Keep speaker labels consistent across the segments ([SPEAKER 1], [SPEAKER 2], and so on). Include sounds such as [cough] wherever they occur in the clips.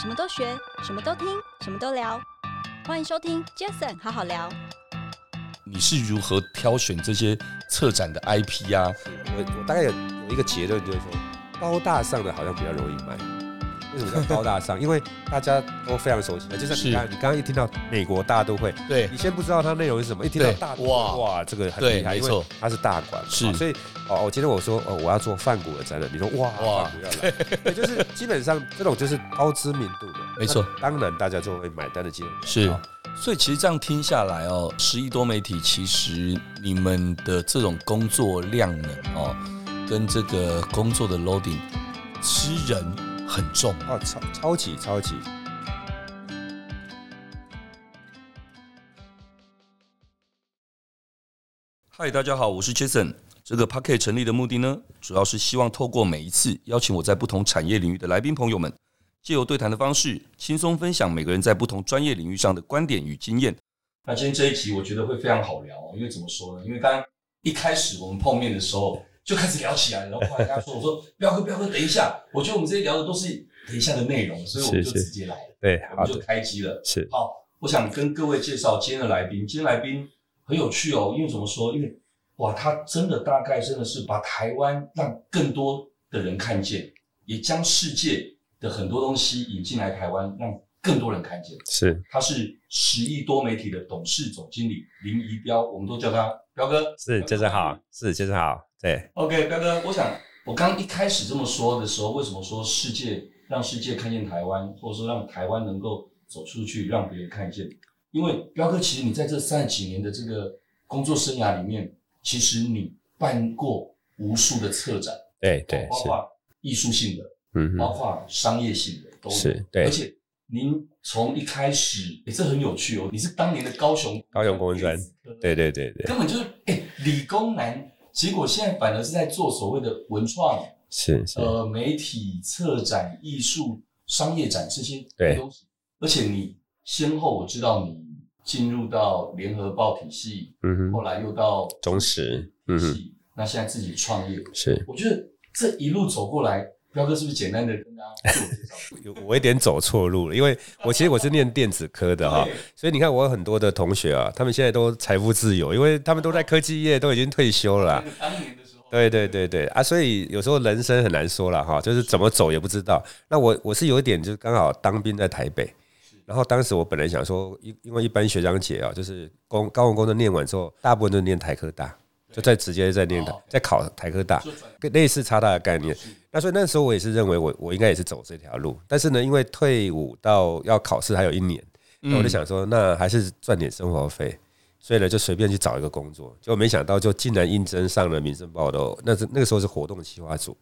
[SPEAKER 1] 什么都学，什么都听，什么都聊。欢迎收听 Jason 好好聊。
[SPEAKER 2] 你是如何挑选这些策展的 IP 啊？
[SPEAKER 3] 我我大概有有一个结论，就是说高大上的好像比较容易卖。为什么叫高大上？因为大家都非常熟悉，就像
[SPEAKER 2] 是
[SPEAKER 3] 你刚你刚刚一听到美国大都会，
[SPEAKER 2] 对
[SPEAKER 3] 你先不知道它内容是什么，一听到
[SPEAKER 2] 对
[SPEAKER 3] 大都
[SPEAKER 2] 哇
[SPEAKER 3] 会，哇，这个很
[SPEAKER 2] 对
[SPEAKER 3] 厉害，
[SPEAKER 2] 没
[SPEAKER 3] 因为
[SPEAKER 2] 错
[SPEAKER 3] 它是大馆嘛，
[SPEAKER 2] 是
[SPEAKER 3] 哦所以哦，我今天我说哦，我要做梵谷的展览，你说哇，
[SPEAKER 2] 哇
[SPEAKER 3] 哇，对，就是基本上这种就是高知名度的，
[SPEAKER 2] 没错，
[SPEAKER 3] 当然大家就会买单的机会。
[SPEAKER 2] 是
[SPEAKER 3] 好。
[SPEAKER 2] 所以其实这样听下来哦，十亿多媒体其实你们的这种工作量能哦，跟这个工作的 loading 吃人很重。
[SPEAKER 3] 哦，超超级超级，
[SPEAKER 2] 嗨，大家好，我是 Jason。这个 Pocket 成立的目的呢，主要是希望透过每一次邀请我在不同产业领域的来宾朋友们，借由对谈的方式，轻松分享每个人在不同专业领域上的观点与经验。那今天这一集我觉得会非常好聊哦，因为怎么说呢？因为刚刚一开始我们碰面的时候就开始聊起来了，然后后来跟他说：“我说彪哥，彪哥，等一下，我觉得我们这些聊的都是等一下的内容，所以我们就是直接来了，
[SPEAKER 3] 对，
[SPEAKER 2] 我
[SPEAKER 3] 好
[SPEAKER 2] 们就
[SPEAKER 3] 的，
[SPEAKER 2] 开机了。”
[SPEAKER 3] 是
[SPEAKER 2] 好，我想跟各位介绍今天的来宾。今天来宾很有趣哦，因为怎么说？因为哇，他真的大概真的是把台湾让更多的人看见，也将世界的很多东西引进来台湾，让更多人看见。
[SPEAKER 3] 是
[SPEAKER 2] 他是十亿多媒体的董事总经理林怡标，我们都叫他彪哥。彪
[SPEAKER 3] 是，
[SPEAKER 2] 哥
[SPEAKER 3] 先生好，是先生好，对。
[SPEAKER 2] OK，彪哥，我想我刚一开始这么说的时候，为什么说世界让世界看见台湾，或者说让台湾能够走出去，让别人看见？因为彪哥，其实你在这三十几年的这个工作生涯里面，其实你办过无数的策展，
[SPEAKER 3] 对对
[SPEAKER 2] 包
[SPEAKER 3] 是，
[SPEAKER 2] 括艺术性的，
[SPEAKER 3] 嗯
[SPEAKER 2] 包
[SPEAKER 3] 哼，
[SPEAKER 2] 括商业性的，都有
[SPEAKER 3] 是对
[SPEAKER 2] 哦而且您从一开始，也、这很有趣哦，你是当年的高雄
[SPEAKER 3] 高雄工专，对对对对
[SPEAKER 2] 根本就是哎、理工男，结果现在反而是在做所谓的文创、
[SPEAKER 3] 是是，
[SPEAKER 2] 呃媒体、策展、艺术、商业展这些
[SPEAKER 3] 对
[SPEAKER 2] 东西。而且你先后我知道你进入到联合报体系，
[SPEAKER 3] 嗯哼，
[SPEAKER 2] 后来又到
[SPEAKER 3] 中实，嗯
[SPEAKER 2] 体
[SPEAKER 3] 哼，
[SPEAKER 2] 系，那现在自己创业，
[SPEAKER 3] 是
[SPEAKER 2] 我觉得这一路走过来，彪哥是不是简单的跟大家自我介绍？
[SPEAKER 3] 有我有点走错路了，因为我其实我是念电子科的哈
[SPEAKER 2] 对，
[SPEAKER 3] [laughs] 所以你看我有很多的同学啊，他们现在都财富自由，因为他们都在科技业都已经退休了啊、
[SPEAKER 2] 那个当年的时候，
[SPEAKER 3] 对对对对啊，所以有时候人生很难说了哈，就是怎么走也不知道。那我我是有一点，就是刚好当兵在台北，然后当时我本来想说，因因为一般学长姐啊，就是工高工工作念完之后，大部分都念台科大，就在直接在念台
[SPEAKER 2] 哦，
[SPEAKER 3] 在考台科大
[SPEAKER 2] 就转，
[SPEAKER 3] 跟类似差大的概念。那所以那时候我也是认为我我应该也是走这条路，但是呢，因为退伍到要考试还有一年，
[SPEAKER 4] 嗯
[SPEAKER 3] 那我就想说，那还是赚点生活费。所以呢，就随便去找一个工作，结果没想到就竟然应征上了《民生报》的，那是那个时候是活动企划组，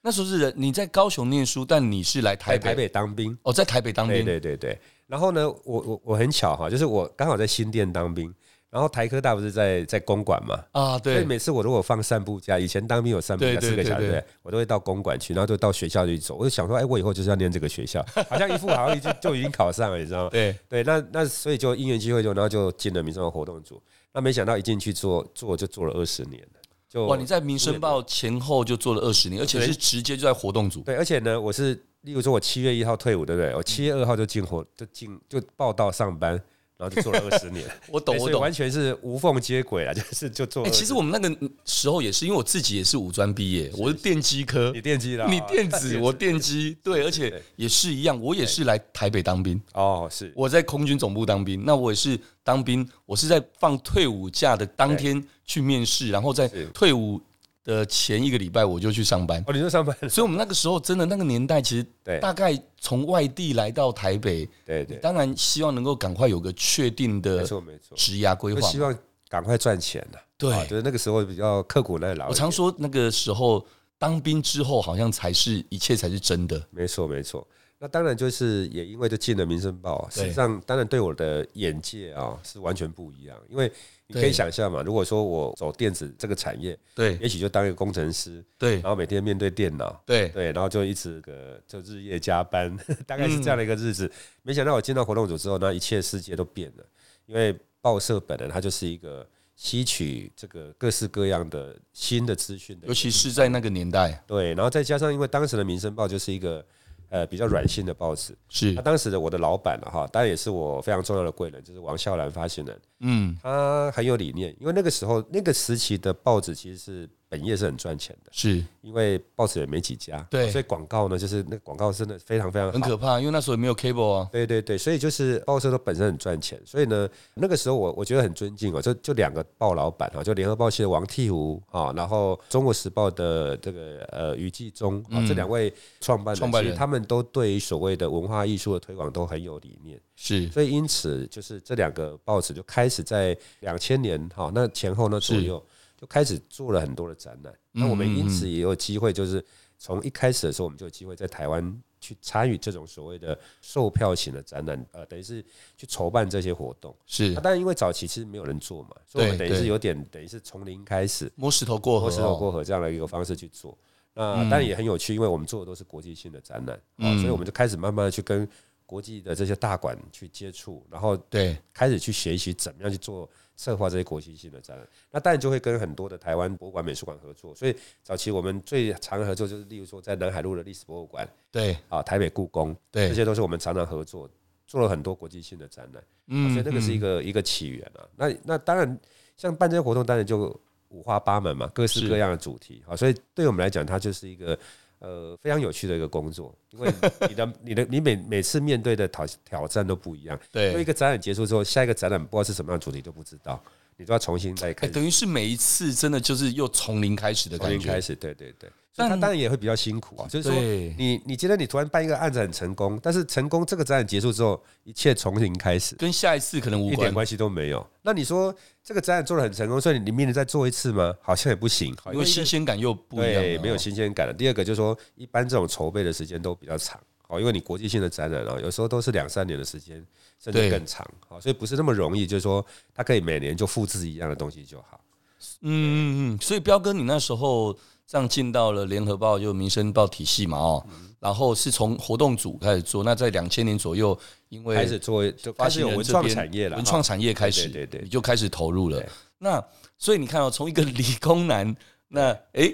[SPEAKER 4] 那时候是人你在高雄念书，但你是来
[SPEAKER 3] 来
[SPEAKER 4] 台北
[SPEAKER 3] 台北当兵。
[SPEAKER 4] 哦，在台北当
[SPEAKER 3] 对
[SPEAKER 4] 兵。
[SPEAKER 3] 对对对。然后呢，我我我很巧哈，就是我刚好在新店当兵，然后台科大不是在在公馆嘛，
[SPEAKER 4] 啊，
[SPEAKER 3] 所以
[SPEAKER 4] 对，
[SPEAKER 3] 每次我如果放散步假，以前当兵有散步假
[SPEAKER 4] 对对
[SPEAKER 3] 四个小时，
[SPEAKER 4] 对对
[SPEAKER 3] 对我都会到公馆去，然后就到学校去走。我就想说，哎，我以后就是要念这个学校，好像一副好像已经就已经考上了，你知道吗？
[SPEAKER 4] 对
[SPEAKER 3] 对，那那所以就因缘机会就，然后就进了民生活动组。那没想到一进去做做就做了二十年了，就
[SPEAKER 4] 哦哇，你在《民生报》前后就做了二十年，而且是直接就在活动组。
[SPEAKER 3] 对，而且呢，我是例如说我七月一号退伍，对不
[SPEAKER 4] 嗯
[SPEAKER 3] 对？我七月二号就进活就进就报道上班，然后就做了二十
[SPEAKER 4] [laughs]
[SPEAKER 3] 年。
[SPEAKER 4] 我懂，
[SPEAKER 3] 对哎
[SPEAKER 4] 我
[SPEAKER 3] 所以
[SPEAKER 4] 懂
[SPEAKER 3] 完。全是无缝接轨啊，就是就做20
[SPEAKER 4] 哎，
[SPEAKER 3] 年。
[SPEAKER 4] 其实我们那个时候也是，因为我自己也是五专毕业，我是电机科
[SPEAKER 3] 你，电机 [laughs] 的啊，
[SPEAKER 4] 你电子，我电机，对，而且
[SPEAKER 3] 对
[SPEAKER 4] 也是一样，我也是来台北当兵，
[SPEAKER 3] 哦是
[SPEAKER 4] 我在空军总部当兵，那我也是当兵，我是在放退伍假的当天去面试，然后在
[SPEAKER 3] 是
[SPEAKER 4] 退伍的前一个礼拜我就去上班。
[SPEAKER 3] 哦，你说上班了
[SPEAKER 4] 所以我们那个时候真的那个年代，其
[SPEAKER 3] [laughs] 对
[SPEAKER 4] 实大概从外地来到台北，
[SPEAKER 3] 对对，
[SPEAKER 4] 当然希望能够赶快有个确定
[SPEAKER 3] 没
[SPEAKER 4] 的
[SPEAKER 3] 错没错，
[SPEAKER 4] 职涯规
[SPEAKER 3] 就
[SPEAKER 4] 划
[SPEAKER 3] 希
[SPEAKER 4] 嘛。
[SPEAKER 3] 望赶快赚钱呐、
[SPEAKER 4] 对
[SPEAKER 3] 啊就是那个时候比较刻苦耐劳一点。
[SPEAKER 4] 我常说那个时候当兵之后，好像才是一切才是真的。
[SPEAKER 3] 没错没错。那当然就是也因为就进了《民生报》，啊
[SPEAKER 4] 对
[SPEAKER 3] 事实上当然对我的眼界啊、是完全不一样，因为你可以
[SPEAKER 4] 对
[SPEAKER 3] 想象嘛，如果说我走电子这个产业，
[SPEAKER 4] 对
[SPEAKER 3] 也许就当一个工程师，
[SPEAKER 4] 对
[SPEAKER 3] 然后每天面对电脑，
[SPEAKER 4] 对，
[SPEAKER 3] 对，然后就一直个就日夜加班， [laughs] 大概是这样的一个日
[SPEAKER 4] 嗯
[SPEAKER 3] 子。没想到我进到活动组之后，那一切世界都变了，因为报社本来它就是一个吸取这个各式各样的新的资讯的一个，
[SPEAKER 4] 尤其是在那个年代，
[SPEAKER 3] 对，然后再加上因为当时的《民生报》就是一个。呃比较软性的报纸。
[SPEAKER 4] 是
[SPEAKER 3] 那、当时的我的老板了哈，当然也是我非常重要的贵人，就是王孝兰发行人。
[SPEAKER 4] 嗯
[SPEAKER 3] 他很有理念，因为那个时候那个时期的报纸其实是本业是很赚钱的，
[SPEAKER 4] 是
[SPEAKER 3] 因为报纸也没几家，
[SPEAKER 4] 对
[SPEAKER 3] 所以广告呢就是那广告真的非常非常好
[SPEAKER 4] 很可怕，因为那时候也没有 cable 啊，
[SPEAKER 3] 对对对，所以就是报社都本身很赚钱，所以呢，那个时候我我觉得很尊敬哦，就就两个报老板啊，就联合报系的王替吾啊，然后中国时报的这个呃于继忠啊，这两位创办人，
[SPEAKER 4] 嗯创办人
[SPEAKER 3] 其实他们都对于所谓的文化艺术的推广都很有理念，
[SPEAKER 4] 是
[SPEAKER 3] 所以因此就是这两个报纸就开始在两千年哈、那前后那左右就开始做了很多的展览，那我们因此也有机会就是。从一开始的时候，我们就有机会在台湾去参与这种所谓的售票型的展览，呃，等于是去筹办这些活动。
[SPEAKER 4] 是
[SPEAKER 3] 那、当然，因为早期其实没有人做嘛，所以我们等
[SPEAKER 4] 对
[SPEAKER 3] 于是
[SPEAKER 4] 对
[SPEAKER 3] 有点等于是从零开始，
[SPEAKER 4] 摸石头过河、
[SPEAKER 3] 或
[SPEAKER 4] 哦，嗯
[SPEAKER 3] 石头过河这样的一个方式去做。那当然也很有趣，因为我们做的都是国际性的展览，啊，所以我们就开始慢慢地去跟国际的这些大馆去接触，然后
[SPEAKER 4] 对，
[SPEAKER 3] 开始去学习怎么样去做策划这些国际性的展览。那当然就会跟很多的台湾博物馆、美术馆合作。所以早期我们最常合作就是，例如说在南海路的历史博物馆
[SPEAKER 4] 对
[SPEAKER 3] 啊、台北故宫，
[SPEAKER 4] 对
[SPEAKER 3] 这些都是我们常常合作，做了很多国际性的展览。嗯、所以那个是一个、一个起源啊。那那当然，像办这些活动，当然就五花八门嘛，各式各样的主题啊。所以对我们来讲，它就是一个。呃，非常有趣的一个工作，因 [laughs] 为你的、你的、你每每次面对的挑挑战都不一样，因为一
[SPEAKER 4] 嗯对，
[SPEAKER 3] 个展览结束之后，下一个展览不知道是什么样的主题都不知道，你都要重新再
[SPEAKER 4] 哎，
[SPEAKER 3] 开始，
[SPEAKER 4] 等于是每一次真的就是又从零开始的
[SPEAKER 3] 重
[SPEAKER 4] 感
[SPEAKER 3] 新开
[SPEAKER 4] 觉，
[SPEAKER 3] 始，对对对。所
[SPEAKER 4] 但
[SPEAKER 3] 以它当然也会比较辛苦啊，就是说
[SPEAKER 4] 对
[SPEAKER 3] 你你今天你突然办一个案子很成功，但是成功这个展览结束之后，一切从零开始，
[SPEAKER 4] 跟下一次可能
[SPEAKER 3] 一
[SPEAKER 4] 无
[SPEAKER 3] 点
[SPEAKER 4] 关，
[SPEAKER 3] 关系都没有。那你说这个展览做的很成功，所以你明年再做一次吗？好像也不行，
[SPEAKER 4] 因为新鲜感又不一样了
[SPEAKER 3] 对，
[SPEAKER 4] 哦，
[SPEAKER 3] 没有新鲜啊感了。第二个就是说，一般这种筹备的时间都比较长，哦，因为你国际性的展览啊，有时候都是两三年的时间，甚
[SPEAKER 4] 对
[SPEAKER 3] 至更长，哦，所以不是那么容易，就是说它可以每年就复制一样的东西就好。
[SPEAKER 4] 嗯嗯嗯，所以彪哥，你那时候这样进到了联合报就民生报体系嘛哦，
[SPEAKER 3] 嗯
[SPEAKER 4] 然后是从活动组开始做，那在两千年左右，因为
[SPEAKER 3] 开始做就
[SPEAKER 4] 发
[SPEAKER 3] 开始
[SPEAKER 4] 行
[SPEAKER 3] 有
[SPEAKER 4] 人
[SPEAKER 3] 文
[SPEAKER 4] 这
[SPEAKER 3] 创
[SPEAKER 4] 边
[SPEAKER 3] 产业了，
[SPEAKER 4] 文创产业开始，
[SPEAKER 3] 对对对对
[SPEAKER 4] 你就开始投入了
[SPEAKER 3] 对。
[SPEAKER 4] 那所以你看哦，从一个理工男， [laughs] 那诶，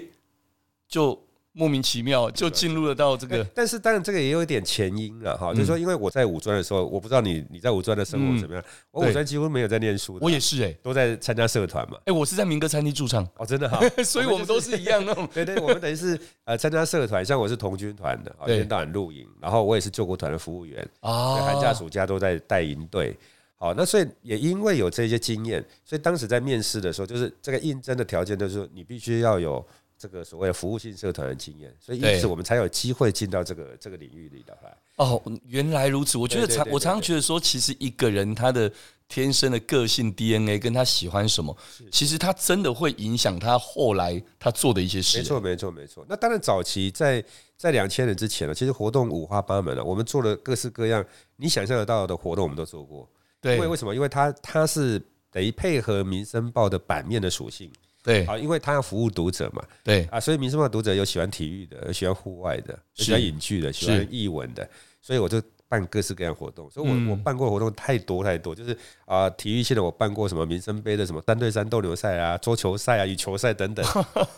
[SPEAKER 4] 就莫名其妙就进入了到这
[SPEAKER 3] 对
[SPEAKER 4] 个，嗯
[SPEAKER 3] 但是当然这个也有一点前因了哈，就是说因为我在五专的时候，我不知道你你在五专的生活怎么样，我
[SPEAKER 4] 对
[SPEAKER 3] 五专几乎没有在念书的，
[SPEAKER 4] 嗯我也是诶，诶，
[SPEAKER 3] 都在参加社团嘛。
[SPEAKER 4] 我是在民歌餐厅驻唱，
[SPEAKER 3] 哦，真的哈，
[SPEAKER 4] 所以我们都是一样那种，
[SPEAKER 3] 对对，我们等于是呃参加社团，像我是童军团的，啊，
[SPEAKER 4] 对
[SPEAKER 3] 一天到晚露营，然后我也是救国团的服务员，
[SPEAKER 4] 啊
[SPEAKER 3] [laughs] 对，寒假暑假都在带营队。好，那所以也因为有这些经验，所以当时在面试的时候，就是这个应征的条件，就是说你必须要有这个所谓的服务性社团的经验，所以因
[SPEAKER 4] 对
[SPEAKER 3] 此我们才有机会进到这个这个领域里头来。
[SPEAKER 4] 哦，原来如此。我觉得
[SPEAKER 3] 对对
[SPEAKER 4] 常
[SPEAKER 3] 对
[SPEAKER 4] 我
[SPEAKER 3] 对
[SPEAKER 4] 常常
[SPEAKER 3] 对
[SPEAKER 4] 觉得说，其实一个人他的天生的个性 DNA 跟他喜欢什么，其实他真的会影响他后来他做的一些事。
[SPEAKER 3] 没错，没错，没错。那当然，早期在在两千年之前呢，其实活动五花八门了、我们做了各式各样你想象得到的活动，我们都做过。因为
[SPEAKER 4] 对
[SPEAKER 3] 为什么？因为它它是等于配合《民生报》的版面的属性
[SPEAKER 4] 对
[SPEAKER 3] 啊，因为它要服务读者嘛
[SPEAKER 4] 对，
[SPEAKER 3] 啊，所以《民生报》的读者有喜欢体育的，有喜欢户外的，有喜欢
[SPEAKER 4] 是
[SPEAKER 3] 影剧的，喜
[SPEAKER 4] 是
[SPEAKER 3] 欢译文的，所以我就。办各式各样的活动，所以我、
[SPEAKER 4] 嗯
[SPEAKER 3] 我办过的活动太多太多，就是啊、体育性的我办过什么民生杯的什么三对三斗牛赛啊、桌球赛啊、羽球赛
[SPEAKER 4] [laughs]
[SPEAKER 3] 等等，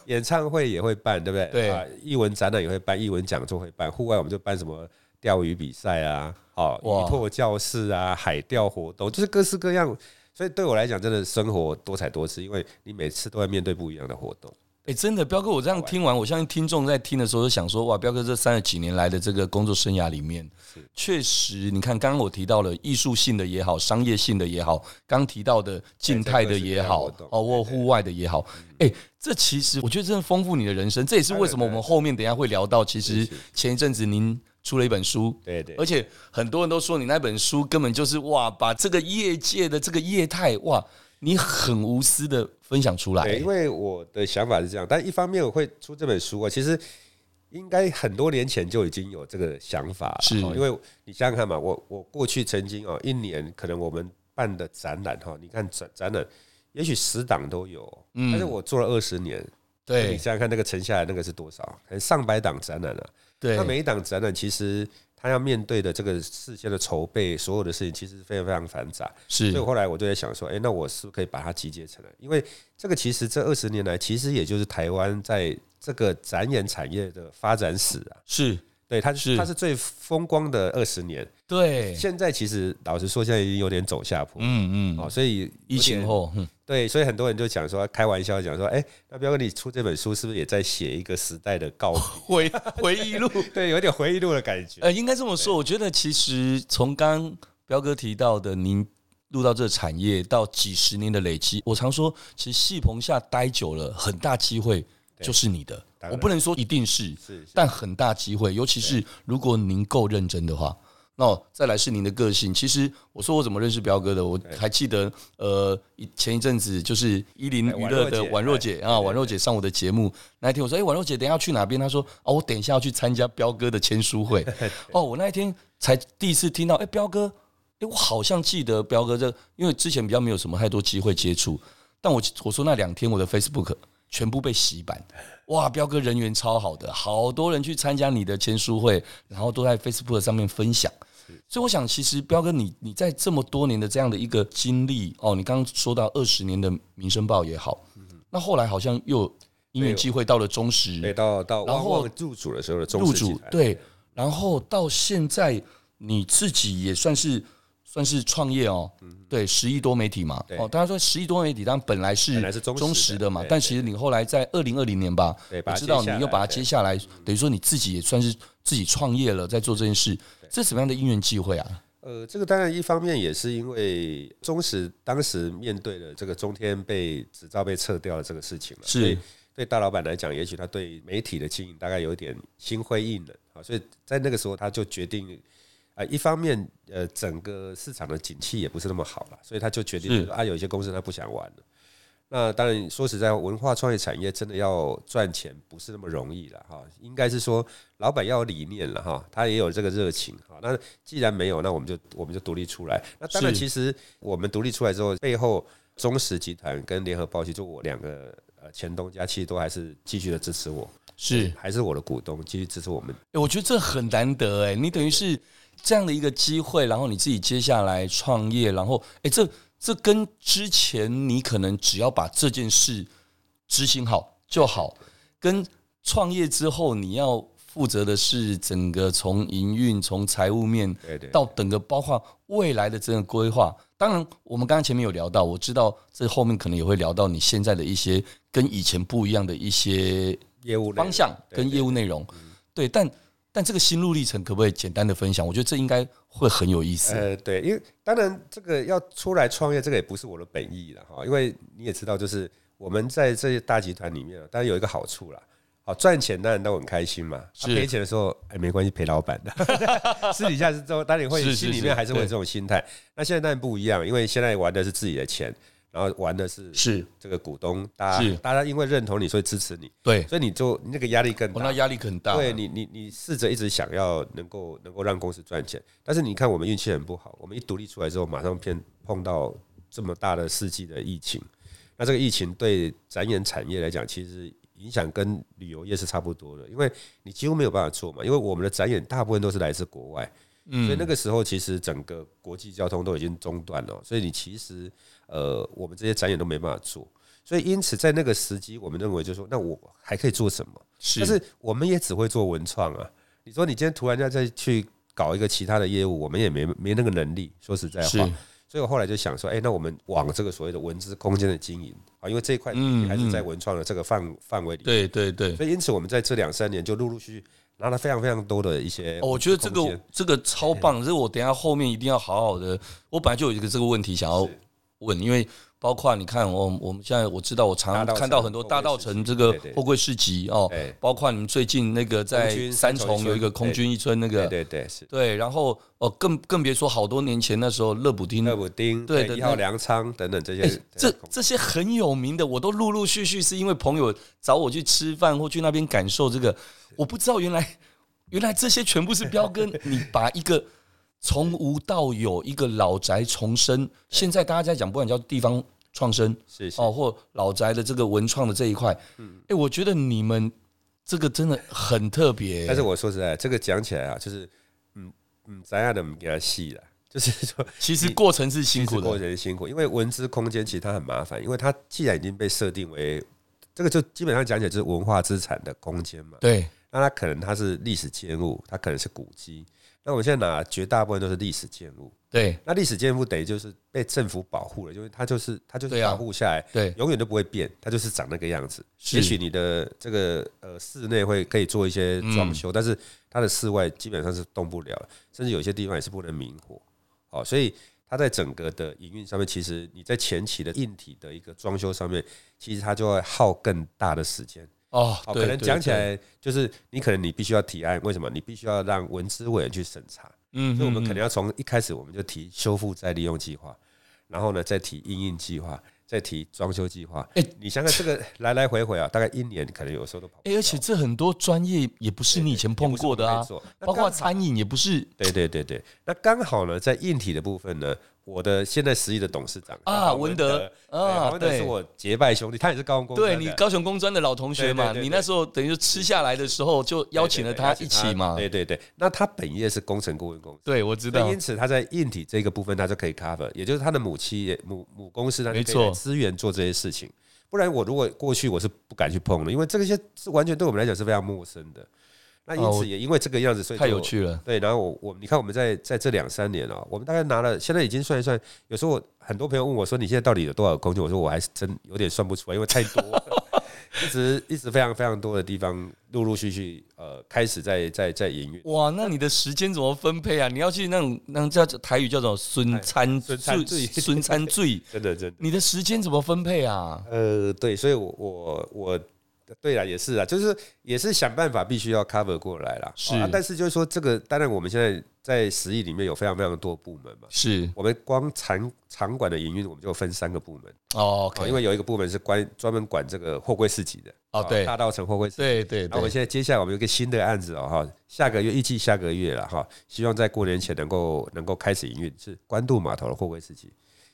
[SPEAKER 3] 演唱会也会办，对不对？
[SPEAKER 4] 对
[SPEAKER 3] 啊，译文展览也会办，译文讲座会办，户外我们就办什么钓鱼比赛啊，好、
[SPEAKER 4] 哇
[SPEAKER 3] 鱼拓教室啊，海钓活动，就是各式各样。所以对我来讲，真的生活多彩多姿，因为你每次都会面对不一样的活动。
[SPEAKER 4] 哎，真的，彪哥，我这样听完，我相信听众在听的时候就想说，哇，彪哥这三十几年来的这个工作生涯里面，确实，你看刚刚我提到了艺术性的也好，商业性的也好，刚提到的静态的也好
[SPEAKER 3] 对这个是，嗯
[SPEAKER 4] 哦，或户外的也好，哎，这其实我觉得真的丰富你的人生，这也是为什么我们后面等一下会聊到，其实前一阵子您出了一本书，
[SPEAKER 3] 对对
[SPEAKER 4] 而且很多人都说你那本书根本就是哇，把这个业界的这个业态哇，你很无私的分享出来，
[SPEAKER 3] 对，因为我的想法是这样，但一方面我会出这本书啊，其实应该很多年前就已经有这个想法了，
[SPEAKER 4] 是
[SPEAKER 3] 哦因为你想想看嘛，我我过去曾经哦，一年可能我们办的展览哦哈，你看展展览，也许十档都有，但是我做了二十年，你
[SPEAKER 4] 嗯对
[SPEAKER 3] 想想看那个沉下来那个是多少，可能上百档展览啊，
[SPEAKER 4] 对
[SPEAKER 3] 那每一档展览其实。他要面对的这个事先的筹备，所有的事情其实非常非常繁杂。
[SPEAKER 4] 是
[SPEAKER 3] 所以后来我就在想说，哎、那我是不是可以把它集结成来？因为这个其实这二十年来，其实也就是台湾在这个展演产业的发展史啊，
[SPEAKER 4] 是
[SPEAKER 3] 对，它是
[SPEAKER 4] 是
[SPEAKER 3] 它是最风光的二十年。
[SPEAKER 4] 对，
[SPEAKER 3] 现在其实老实说，现在已经有点走下坡。
[SPEAKER 4] 嗯
[SPEAKER 3] 哦，
[SPEAKER 4] 嗯，
[SPEAKER 3] 所以
[SPEAKER 4] 疫
[SPEAKER 3] 有
[SPEAKER 4] 情
[SPEAKER 3] 点
[SPEAKER 4] 后，嗯
[SPEAKER 3] 对，所以很多人就讲说，开玩笑讲说，哎、那彪哥，你出这本书是不是也在写一个时代的告
[SPEAKER 4] [laughs]
[SPEAKER 3] 别？ [laughs]
[SPEAKER 4] 回回忆录，
[SPEAKER 3] 对，有点回忆录的感觉。
[SPEAKER 4] [laughs] 呃，应该这么说，我觉得其实从刚彪哥提到的，您入到这个产业到几十年的累积，我常说，其实戏棚下待久了，很大机会就是你的。
[SPEAKER 3] 当然
[SPEAKER 4] 我不能说一定是，
[SPEAKER 3] 是是
[SPEAKER 4] 但很大机会，尤其是如果您够认真的话。那再来是您的个性。其实我说我怎么认识彪哥的，我还记得，呃，一前一阵子就是一零
[SPEAKER 3] 哎
[SPEAKER 4] 娱乐的
[SPEAKER 3] 宛若
[SPEAKER 4] 宛若
[SPEAKER 3] 姐
[SPEAKER 4] 姐
[SPEAKER 3] 哎
[SPEAKER 4] 啊，宛若姐上我的节目那一天，我说，哎、宛若姐，等一下要去哪边？她说，哦，我等一下要去参加彪哥的签
[SPEAKER 3] [laughs]
[SPEAKER 4] 书会。哦，我那一天才第一次听到，哎、彪哥，哎、我好像记得彪哥这，因为之前比较没有什么太多机会接触，但我我说那两天我的 Facebook 全部被洗版，哇，彪哥人缘超好的，好多人去参加你的签书会，然后都在 Facebook 上面分享。所以我想，其实彪哥你，你在这么多年的这样的一个经历哦，你刚刚说到二十年的《民生报》也好，那后来好像又因缘机会到了中时，
[SPEAKER 3] 对，到到
[SPEAKER 4] 然
[SPEAKER 3] 汪
[SPEAKER 4] 后
[SPEAKER 3] 汪入主的时候的中
[SPEAKER 4] 入
[SPEAKER 3] 式集
[SPEAKER 4] 主
[SPEAKER 3] 团，
[SPEAKER 4] 对，然后到现在你自己也算是算是创业哦，对，十亿多媒体嘛，
[SPEAKER 3] 嗯对
[SPEAKER 4] 哦，大家说十亿多媒体，当然本来是
[SPEAKER 3] 本来是中实的
[SPEAKER 4] 实的嘛
[SPEAKER 3] 对，
[SPEAKER 4] 但其实你后来在二零二零年吧
[SPEAKER 3] 对，把
[SPEAKER 4] 我
[SPEAKER 3] 它
[SPEAKER 4] 知道
[SPEAKER 3] 接下来
[SPEAKER 4] 你又把它
[SPEAKER 3] 对
[SPEAKER 4] 接下来，等于说你自己也算是自己创业了，在做这件事，这什么样的因缘际会啊？
[SPEAKER 3] 呃，这个当然一方面也是因为中时当时面对的这个中天被执照被撤掉的这个事情了，
[SPEAKER 4] 是
[SPEAKER 3] 所以对大老板来讲，也许他对媒体的经营大概有一点心灰意冷啊，所以在那个时候他就决定，啊、一方面呃整个市场的景气也不是那么好了，所以他就决定
[SPEAKER 4] 是
[SPEAKER 3] 说啊有一些公司他不想玩了。那当然，说实在，文化创意产业真的要赚钱不是那么容易了哈。应该是说，老板要有理念了哈，他也有这个热情哈。那既然没有，那我们就我们就独立出来。那当然，
[SPEAKER 4] 是
[SPEAKER 3] 其实我们独立出来之后，背后中实集团跟联合报其实我两个呃前东家其实都还是继续的支持我，
[SPEAKER 4] 是，
[SPEAKER 3] 还是我的股东继续支持我们。
[SPEAKER 4] 欸我觉得这很难得哎、你等于是这样的一个机会，然后你自己接下来创业，然后哎、欸这这跟之前你可能只要把这件事执行好就好，跟创业之后你要负责的是整个从营运、从财务面
[SPEAKER 3] 对对
[SPEAKER 4] 到整个包括未来的整个规划。当然，我们刚刚前面有聊到，我知道这后面可能也会聊到你现在的一些跟以前不一样的一些
[SPEAKER 3] 业务内容
[SPEAKER 4] 方向
[SPEAKER 3] 对
[SPEAKER 4] 跟
[SPEAKER 3] 对嗯
[SPEAKER 4] 业务内容。对，但但这个心路历程可不可以简单的分享？我觉得这应该会很有意思。
[SPEAKER 3] 呃，对，因为当然这个要出来创业，这个也不是我的本意了哈。因为你也知道，就是我们在这些大集团里面啊，当然有一个好处啦，好赚钱当然都很开心嘛。啊
[SPEAKER 4] 是
[SPEAKER 3] 赔、钱的时候，哎，没关系，赔老板的。 [laughs] 私底下是之后，当然会
[SPEAKER 4] 是是
[SPEAKER 3] 心里
[SPEAKER 4] 是
[SPEAKER 3] 面还是会有
[SPEAKER 4] 对
[SPEAKER 3] 这种心态。那现在当然不一样，因为现在玩的是自己的钱，然后玩的是
[SPEAKER 4] 是
[SPEAKER 3] 这个股东，大
[SPEAKER 4] 是
[SPEAKER 3] 家大家因为认同你，所以支持你，
[SPEAKER 4] 对，
[SPEAKER 3] 所以你就那个压力更
[SPEAKER 4] 我
[SPEAKER 3] 大。
[SPEAKER 4] 那压力很大。
[SPEAKER 3] 对你，你你试着一直想要能够能够让公司赚钱，但是你看我们运气很不好，我们一独立出来之后，马上偏碰到这么大的世纪的疫情，那这个疫情对展演产业来讲，其实影响跟旅游业是差不多的，因为你几乎没有办法做嘛，因为我们的展演大部分都是来自国外。所以那个时候，其实整个国际交通都已经中断了，所以你其实呃，我们这些展演都没办法做。所以因此，在那个时机，我们认为就是说，那我还可以做什么？
[SPEAKER 4] 是
[SPEAKER 3] 但是我们也只会做文创啊。你说你今天突然要再去搞一个其他的业务，我们也没没那个能力。说实在话，
[SPEAKER 4] 是
[SPEAKER 3] 所以我后来就想说，哎、那我们往这个所谓的文字空间的经营啊，因为这一块
[SPEAKER 4] 嗯
[SPEAKER 3] 还是在文创的这个范范围里。
[SPEAKER 4] 对对对。
[SPEAKER 3] 所以因此我们在这两三年就陆陆续续拿了非常非常多的一些
[SPEAKER 4] 哦，我觉得这
[SPEAKER 3] 空
[SPEAKER 4] 个
[SPEAKER 3] 间
[SPEAKER 4] 这个超棒，这个我等一下后面一定要好好的。我本来就有一个这个问题想要问，因为包括你看，我我们现在我知道，我
[SPEAKER 3] 大稻
[SPEAKER 4] 常常
[SPEAKER 3] 埕
[SPEAKER 4] 看到很多
[SPEAKER 3] 货柜
[SPEAKER 4] 大道
[SPEAKER 3] 市集
[SPEAKER 4] 城这个
[SPEAKER 3] 对对
[SPEAKER 4] 货柜市集哦
[SPEAKER 3] 对，
[SPEAKER 4] 包括你们最近那个
[SPEAKER 3] 空
[SPEAKER 4] 在
[SPEAKER 3] 军
[SPEAKER 4] 三
[SPEAKER 3] 三重一
[SPEAKER 4] 重有
[SPEAKER 3] 村
[SPEAKER 4] 一个空
[SPEAKER 3] 对
[SPEAKER 4] 军一村那
[SPEAKER 3] 对
[SPEAKER 4] 个，
[SPEAKER 3] 对对是
[SPEAKER 4] 对，然后哦，更更别说好多年前那时候乐普汀
[SPEAKER 3] 乐补丁
[SPEAKER 4] 对的
[SPEAKER 3] 一号
[SPEAKER 4] 那
[SPEAKER 3] 粮仓等等这些
[SPEAKER 4] 哎、
[SPEAKER 3] 这
[SPEAKER 4] 嗯这
[SPEAKER 3] 些空间
[SPEAKER 4] 这些很有名的，我都陆陆续续是因为朋友找我去吃饭或去那边感受这个，我不知道原来原来这些全部是彪哥你把一个从无到有一个老宅重生，现在大家在讲，不管叫地方创生
[SPEAKER 3] 是是嗯
[SPEAKER 4] 哦，或老宅的这个文创的这一块，哎、我觉得你们这个真的很特别、
[SPEAKER 3] 但是我说实在，这个讲起来啊，就是嗯嗯，咱俩的给他细了， [laughs] 就是说
[SPEAKER 4] 其实过程是辛
[SPEAKER 3] 其实
[SPEAKER 4] 苦
[SPEAKER 3] 过
[SPEAKER 4] 的，
[SPEAKER 3] 人辛苦，因为文字空间其实它很麻烦，因为它既然已经被设定为这个，就基本上讲起来就是文化资产的空间嘛。
[SPEAKER 4] 对
[SPEAKER 3] 那它可能它是历史建物，它可能是古迹。那我们现在拿绝大部分都是历史建物，
[SPEAKER 4] 对
[SPEAKER 3] 那历史建物等于就是被政府保护了，因为它就是它就是
[SPEAKER 4] 对啊
[SPEAKER 3] 保护下来，
[SPEAKER 4] 对
[SPEAKER 3] 永远都不会变，它就是长那个样子。
[SPEAKER 4] 是
[SPEAKER 3] 也许你的这个呃室内会可以做一些装
[SPEAKER 4] 嗯
[SPEAKER 3] 修，但是它的室外基本上是动不了了，甚至有些地方也是不能明火。好，所以它在整个的营运上面，其实你在前期的硬体的一个装修上面，其实它就会耗更大的时间。
[SPEAKER 4] 哦，
[SPEAKER 3] 好，
[SPEAKER 4] 对
[SPEAKER 3] 可能
[SPEAKER 4] 对
[SPEAKER 3] 讲起
[SPEAKER 4] 对
[SPEAKER 3] 来就是你可能你必须要提案，为什么？你必须要让文资委员去审查。
[SPEAKER 4] 嗯，
[SPEAKER 3] 所以我们
[SPEAKER 4] 嗯
[SPEAKER 3] 可能
[SPEAKER 4] 嗯
[SPEAKER 3] 要从一开始我们就提修复再利用计划，然后呢再提应应计划，再提装修计划。
[SPEAKER 4] 哎
[SPEAKER 3] 你想想这个来来回回啊，大概一年可能有时候都跑不掉。
[SPEAKER 4] 哎，而且这很多专业也不是你以前碰过的
[SPEAKER 3] 也
[SPEAKER 4] 啊
[SPEAKER 3] 不是我们可以做，那
[SPEAKER 4] 包
[SPEAKER 3] 刚
[SPEAKER 4] 括
[SPEAKER 3] 好
[SPEAKER 4] 餐饮也不是
[SPEAKER 3] 对对对对，那刚好呢，在硬体的部分呢，我的现在实际的董事长
[SPEAKER 4] 啊
[SPEAKER 3] 黄
[SPEAKER 4] 文
[SPEAKER 3] 德
[SPEAKER 4] 德
[SPEAKER 3] 对
[SPEAKER 4] 啊
[SPEAKER 3] 黄文德
[SPEAKER 4] 对
[SPEAKER 3] 是我结拜兄弟，他也是高中工
[SPEAKER 4] 对
[SPEAKER 3] 专
[SPEAKER 4] 你
[SPEAKER 3] 的
[SPEAKER 4] 高雄工专的老同学嘛，
[SPEAKER 3] 对对对
[SPEAKER 4] 你那时候等于就吃下来的时候就邀请了
[SPEAKER 3] 对对对
[SPEAKER 4] 他
[SPEAKER 3] 邀请
[SPEAKER 4] 一起嘛。
[SPEAKER 3] 对对对，那他本业是工程顾问公司。
[SPEAKER 4] 对，我知
[SPEAKER 3] 所
[SPEAKER 4] 道
[SPEAKER 3] 以因。此，他在硬体这个部分，他就可以 cover，也就是他的母企业、母母公司，他就
[SPEAKER 4] 没
[SPEAKER 3] 可以
[SPEAKER 4] 错
[SPEAKER 3] 来资源做这些事情。不然，我如果过去我是不敢去碰的，因为这个些是完全对我们来讲是非常陌生的。那因
[SPEAKER 4] 哦我
[SPEAKER 3] 此也因为这个样子，所以
[SPEAKER 4] 太
[SPEAKER 3] 就
[SPEAKER 4] 有趣了。
[SPEAKER 3] 对，然后我我你看我们在在这两三年啊、我们大概拿了，现在已经算一算，有时候我很多朋友问我说你现在到底有多少工作？我说我还是真有点算不出来，因为太多了， [laughs] 一直一直非常非常多的地方陆陆续续呃开始在在在营运。
[SPEAKER 4] 哇，那你的时间怎么分配啊？你要去那种那种叫台语叫做孙餐
[SPEAKER 3] 哎孙餐醉
[SPEAKER 4] 孙餐
[SPEAKER 3] [laughs]
[SPEAKER 4] 醉，
[SPEAKER 3] 真的真的，
[SPEAKER 4] 你的时间怎么分配啊？
[SPEAKER 3] 呃，对，所以我我我对啦，也是啦，就是也是想办法必须要 cover 过来啦。
[SPEAKER 4] 是
[SPEAKER 3] 啊但是就是说这个，当然我们现在在实艺里面有非常非常多部门嘛。
[SPEAKER 4] 是
[SPEAKER 3] 我们光场场馆的营运，我们就分三个部门
[SPEAKER 4] 哦
[SPEAKER 3] 啊，
[SPEAKER 4] ，OK，
[SPEAKER 3] 因为有一个部门是关专门管这个货柜市集的
[SPEAKER 4] 哦
[SPEAKER 3] 啊
[SPEAKER 4] 对
[SPEAKER 3] 大道城货柜市集。
[SPEAKER 4] 对对
[SPEAKER 3] 那我们
[SPEAKER 4] 对，
[SPEAKER 3] 现在接下来我们有一个新的案子哦哈，下个月预计下个月了哈，希望在过年前能够能够开始营运，是关渡码头的货柜市集，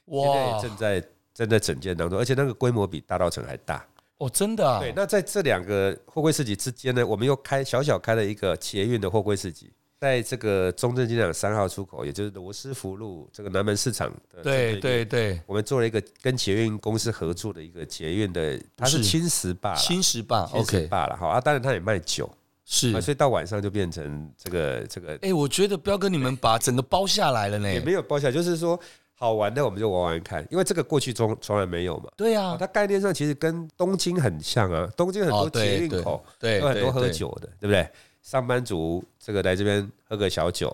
[SPEAKER 3] 现在也
[SPEAKER 4] 哇，
[SPEAKER 3] 正在正在整建当中，而且那个规模比大道城还大。
[SPEAKER 4] 哦，真的啊，
[SPEAKER 3] 对，那在这两个货柜市集之间呢，我们又开小小开了一个捷运的货柜市集，在这个中正纪念堂三号出口，也就是罗斯福路这个南门市场的
[SPEAKER 4] 对
[SPEAKER 3] 正面，
[SPEAKER 4] 对对，
[SPEAKER 3] 我们做了一个跟捷运公司合作的一个捷运的，它是
[SPEAKER 4] 是
[SPEAKER 3] 轻食吧，
[SPEAKER 4] 新石坝
[SPEAKER 3] 轻食
[SPEAKER 4] ，OK，
[SPEAKER 3] 吧了哈啊，当然它也卖酒
[SPEAKER 4] 是
[SPEAKER 3] 啊，。所以到晚上就变成这个这个
[SPEAKER 4] 哎，我觉得彪哥你们把整个包下来了呢
[SPEAKER 3] 也。没有包下来，就是说好玩的我们就玩玩看，因为这个过去从从来没有嘛。
[SPEAKER 4] 对
[SPEAKER 3] 啊
[SPEAKER 4] 啊，
[SPEAKER 3] 它概念上其实跟东京很像啊，东京很
[SPEAKER 4] 哦
[SPEAKER 3] 多
[SPEAKER 4] 对
[SPEAKER 3] 捷运
[SPEAKER 4] 对
[SPEAKER 3] 口，
[SPEAKER 4] 对，
[SPEAKER 3] 有很多
[SPEAKER 4] 对
[SPEAKER 3] 喝
[SPEAKER 4] 对
[SPEAKER 3] 酒的，对不对？上班族这个来这边喝个小酒，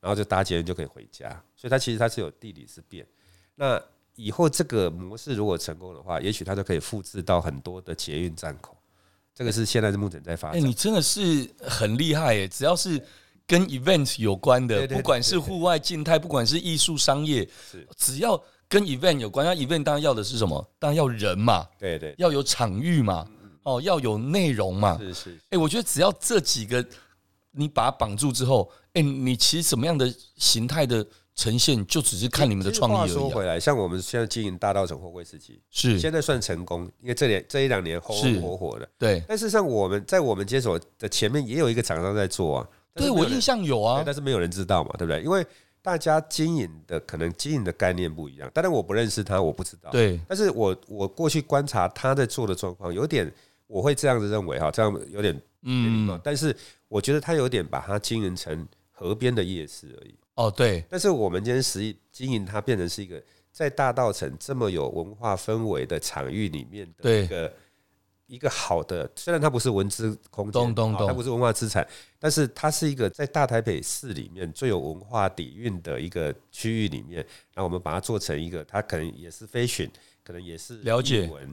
[SPEAKER 3] 然后就搭捷运就可以回家，所以它其实它是有地理之便。那以后这个模式如果成功的话，也许它就可以复制到很多的捷运站口。这个是现在是目前在发
[SPEAKER 4] 哎、
[SPEAKER 3] 展。
[SPEAKER 4] 你真的是很厉害耶！只要是跟 event 有关的，
[SPEAKER 3] 对对对
[SPEAKER 4] 不管是
[SPEAKER 3] 对对
[SPEAKER 4] 户外静态，不管是艺术商业
[SPEAKER 3] 是，
[SPEAKER 4] 只要跟 event 有关，那 event 当然要的是什么？当然要人嘛，
[SPEAKER 3] 对对，
[SPEAKER 4] 要有场域嘛，哦，要有内容嘛。
[SPEAKER 3] 嗯是是，
[SPEAKER 4] 哎、我觉得只要这几个你把它绑住之后，哎、你其实什么样的形态的呈现，就只是看你们的
[SPEAKER 3] 其实
[SPEAKER 4] 创
[SPEAKER 3] 话
[SPEAKER 4] 意而
[SPEAKER 3] 说
[SPEAKER 4] 已、啊。
[SPEAKER 3] 回来，像我们现在经营大道城货柜市集，现
[SPEAKER 4] 是，
[SPEAKER 3] 在算成功，因为这两这一两年红
[SPEAKER 4] 是
[SPEAKER 3] 红火火的。
[SPEAKER 4] 对，
[SPEAKER 3] 但事实上，我们在我们接手的前面也有一个厂商在做啊。但
[SPEAKER 4] 对
[SPEAKER 3] 是没
[SPEAKER 4] 我
[SPEAKER 3] 有人
[SPEAKER 4] 印象有
[SPEAKER 3] 对
[SPEAKER 4] 啊，
[SPEAKER 3] 但是没有人知道嘛，对不对？因为大家经营的可能经营的概念不一样，当然我不认识他，我不知道。，
[SPEAKER 4] 对，
[SPEAKER 3] 但是我我过去观察他在做的状况，有点我会这样子认为哈，这样有点
[SPEAKER 4] 嗯，
[SPEAKER 3] 但是我觉得他有点把它经营成河边的夜市而已。
[SPEAKER 4] 哦，对，
[SPEAKER 3] 但是我们今天实际经营它变成是一个在大道城这么有文化氛围的场域里面的
[SPEAKER 4] 对
[SPEAKER 3] 一个一个好的，虽然它不是文资空
[SPEAKER 4] 懂
[SPEAKER 3] 间，
[SPEAKER 4] 懂
[SPEAKER 3] 啊
[SPEAKER 4] 懂
[SPEAKER 3] 它不是文化资产，但是它是一个在大台北市里面最有文化底蕴的一个区域里面，那我们把它做成一个，它可能也是 fashion，可能也是
[SPEAKER 4] 了解
[SPEAKER 3] 艺文。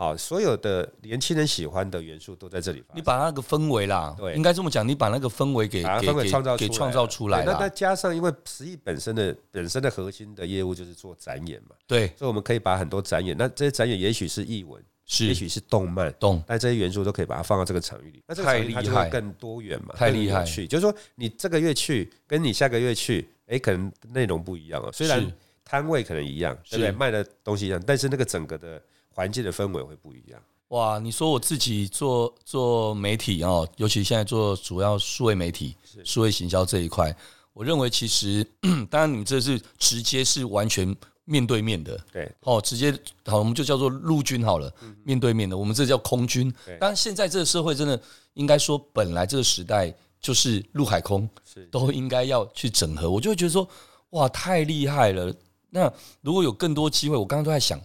[SPEAKER 3] 好，所有的年轻人喜欢的元素都在这里发
[SPEAKER 4] 你
[SPEAKER 3] 生。
[SPEAKER 4] 把那个氛围啦，
[SPEAKER 3] 啊对
[SPEAKER 4] 应该这么讲，你把那个氛围给
[SPEAKER 3] 把它
[SPEAKER 4] 给
[SPEAKER 3] 氛围
[SPEAKER 4] 给
[SPEAKER 3] 创造出
[SPEAKER 4] 给
[SPEAKER 3] 来
[SPEAKER 4] 创造出来
[SPEAKER 3] 对那再
[SPEAKER 4] 啦。
[SPEAKER 3] 加上，因为十亿本身的本身的核心的业务就是做展演嘛，
[SPEAKER 4] 对，
[SPEAKER 3] 所以我们可以把很多展演，那这些展演也许是译文，也
[SPEAKER 4] 是
[SPEAKER 3] 许是动漫，
[SPEAKER 4] 懂
[SPEAKER 3] 但这些元素都可以把它放到这个场域里。那这个
[SPEAKER 4] 太
[SPEAKER 3] 场域它就
[SPEAKER 4] 厉害
[SPEAKER 3] 会更多元嘛，
[SPEAKER 4] 太厉害
[SPEAKER 3] 去就是说你这个月去，跟你下个月去，哎，可能内容不一样哦。虽
[SPEAKER 4] 是
[SPEAKER 3] 然摊位可能一样，对不对？
[SPEAKER 4] 是
[SPEAKER 3] 卖的东西一样，但是那个整个的环境的氛围会不一样。
[SPEAKER 4] 哇！你说我自己做做媒体哦，尤其现在做主要数位媒体、 [clears throat] 数位行销这一块，我认为其实当然你们这是直接是完全面对面的，
[SPEAKER 3] 对，
[SPEAKER 4] 哦，直接好，我们就叫做陆军好了，面对面的，我们这叫空军
[SPEAKER 3] 嗯对。
[SPEAKER 4] 但现在这个社会真的应该说，本来这个时代就是陆海空
[SPEAKER 3] 是
[SPEAKER 4] 都应该要去整合，我就会觉得说，哇，太厉害了。那如果有更多机会，我刚刚都在想，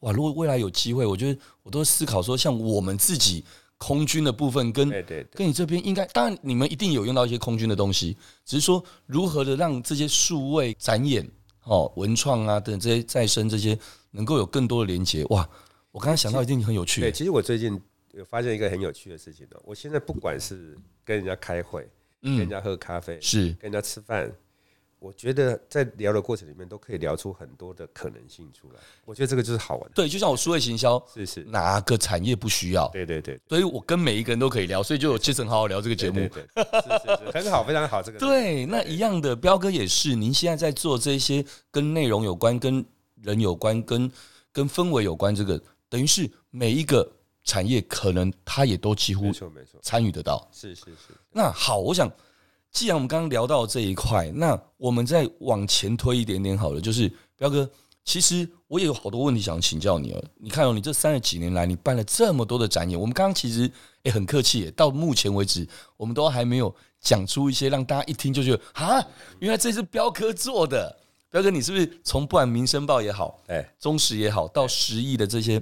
[SPEAKER 4] 哇，如果未来有机会，我觉得我都思考说，像我们自己空军的部分跟
[SPEAKER 3] 对对对，
[SPEAKER 4] 跟你这边应该，当然你们一定有用到一些空军的东西，只是说如何的让这些数位展演、哦文创啊等这些再生这些能够有更多的连接。哇，我刚刚想到一定很有
[SPEAKER 3] 对，
[SPEAKER 4] 趣。
[SPEAKER 3] 其实我最近有发现一个很有趣的事情哦、我现在不管是跟人家开会，跟人
[SPEAKER 4] 嗯，
[SPEAKER 3] 家喝咖啡，
[SPEAKER 4] 是
[SPEAKER 3] 跟人家吃饭，我觉得在聊的过程里面都可以聊出很多的可能性出来。我觉得这个就是好玩的，
[SPEAKER 4] 对，就像我数位行销，
[SPEAKER 3] 是是，
[SPEAKER 4] 哪个产业不需要？
[SPEAKER 3] 对对对，
[SPEAKER 4] 所以我跟每一个人都可以聊，所以就有杰森好好聊这个节
[SPEAKER 3] 对
[SPEAKER 4] 目
[SPEAKER 3] 对。对，是是是，很好，非常好，这个
[SPEAKER 4] 对，那一样的，彪哥也是。您现在在做这些跟内容有关、跟人有关、跟跟氛围有关，这个等于是每一个产业可能他也都几乎
[SPEAKER 3] 没错没错，
[SPEAKER 4] 参与得到。
[SPEAKER 3] 是是是，
[SPEAKER 4] 那好，我想，既然我们刚刚聊到这一块，那我们再往前推一点点好了。就是彪哥，其实我也有好多问题想请教你哦。你看哦，你这三十几年来，你办了这么多的展演，我们刚刚其实也很客气耶，到目前为止，我们都还没有讲出一些让大家一听就觉得啊，原来这是彪哥做的。彪哥，你是不是从不管《民生报》也好，
[SPEAKER 3] 哎，
[SPEAKER 4] 中实也好，到十亿的这些，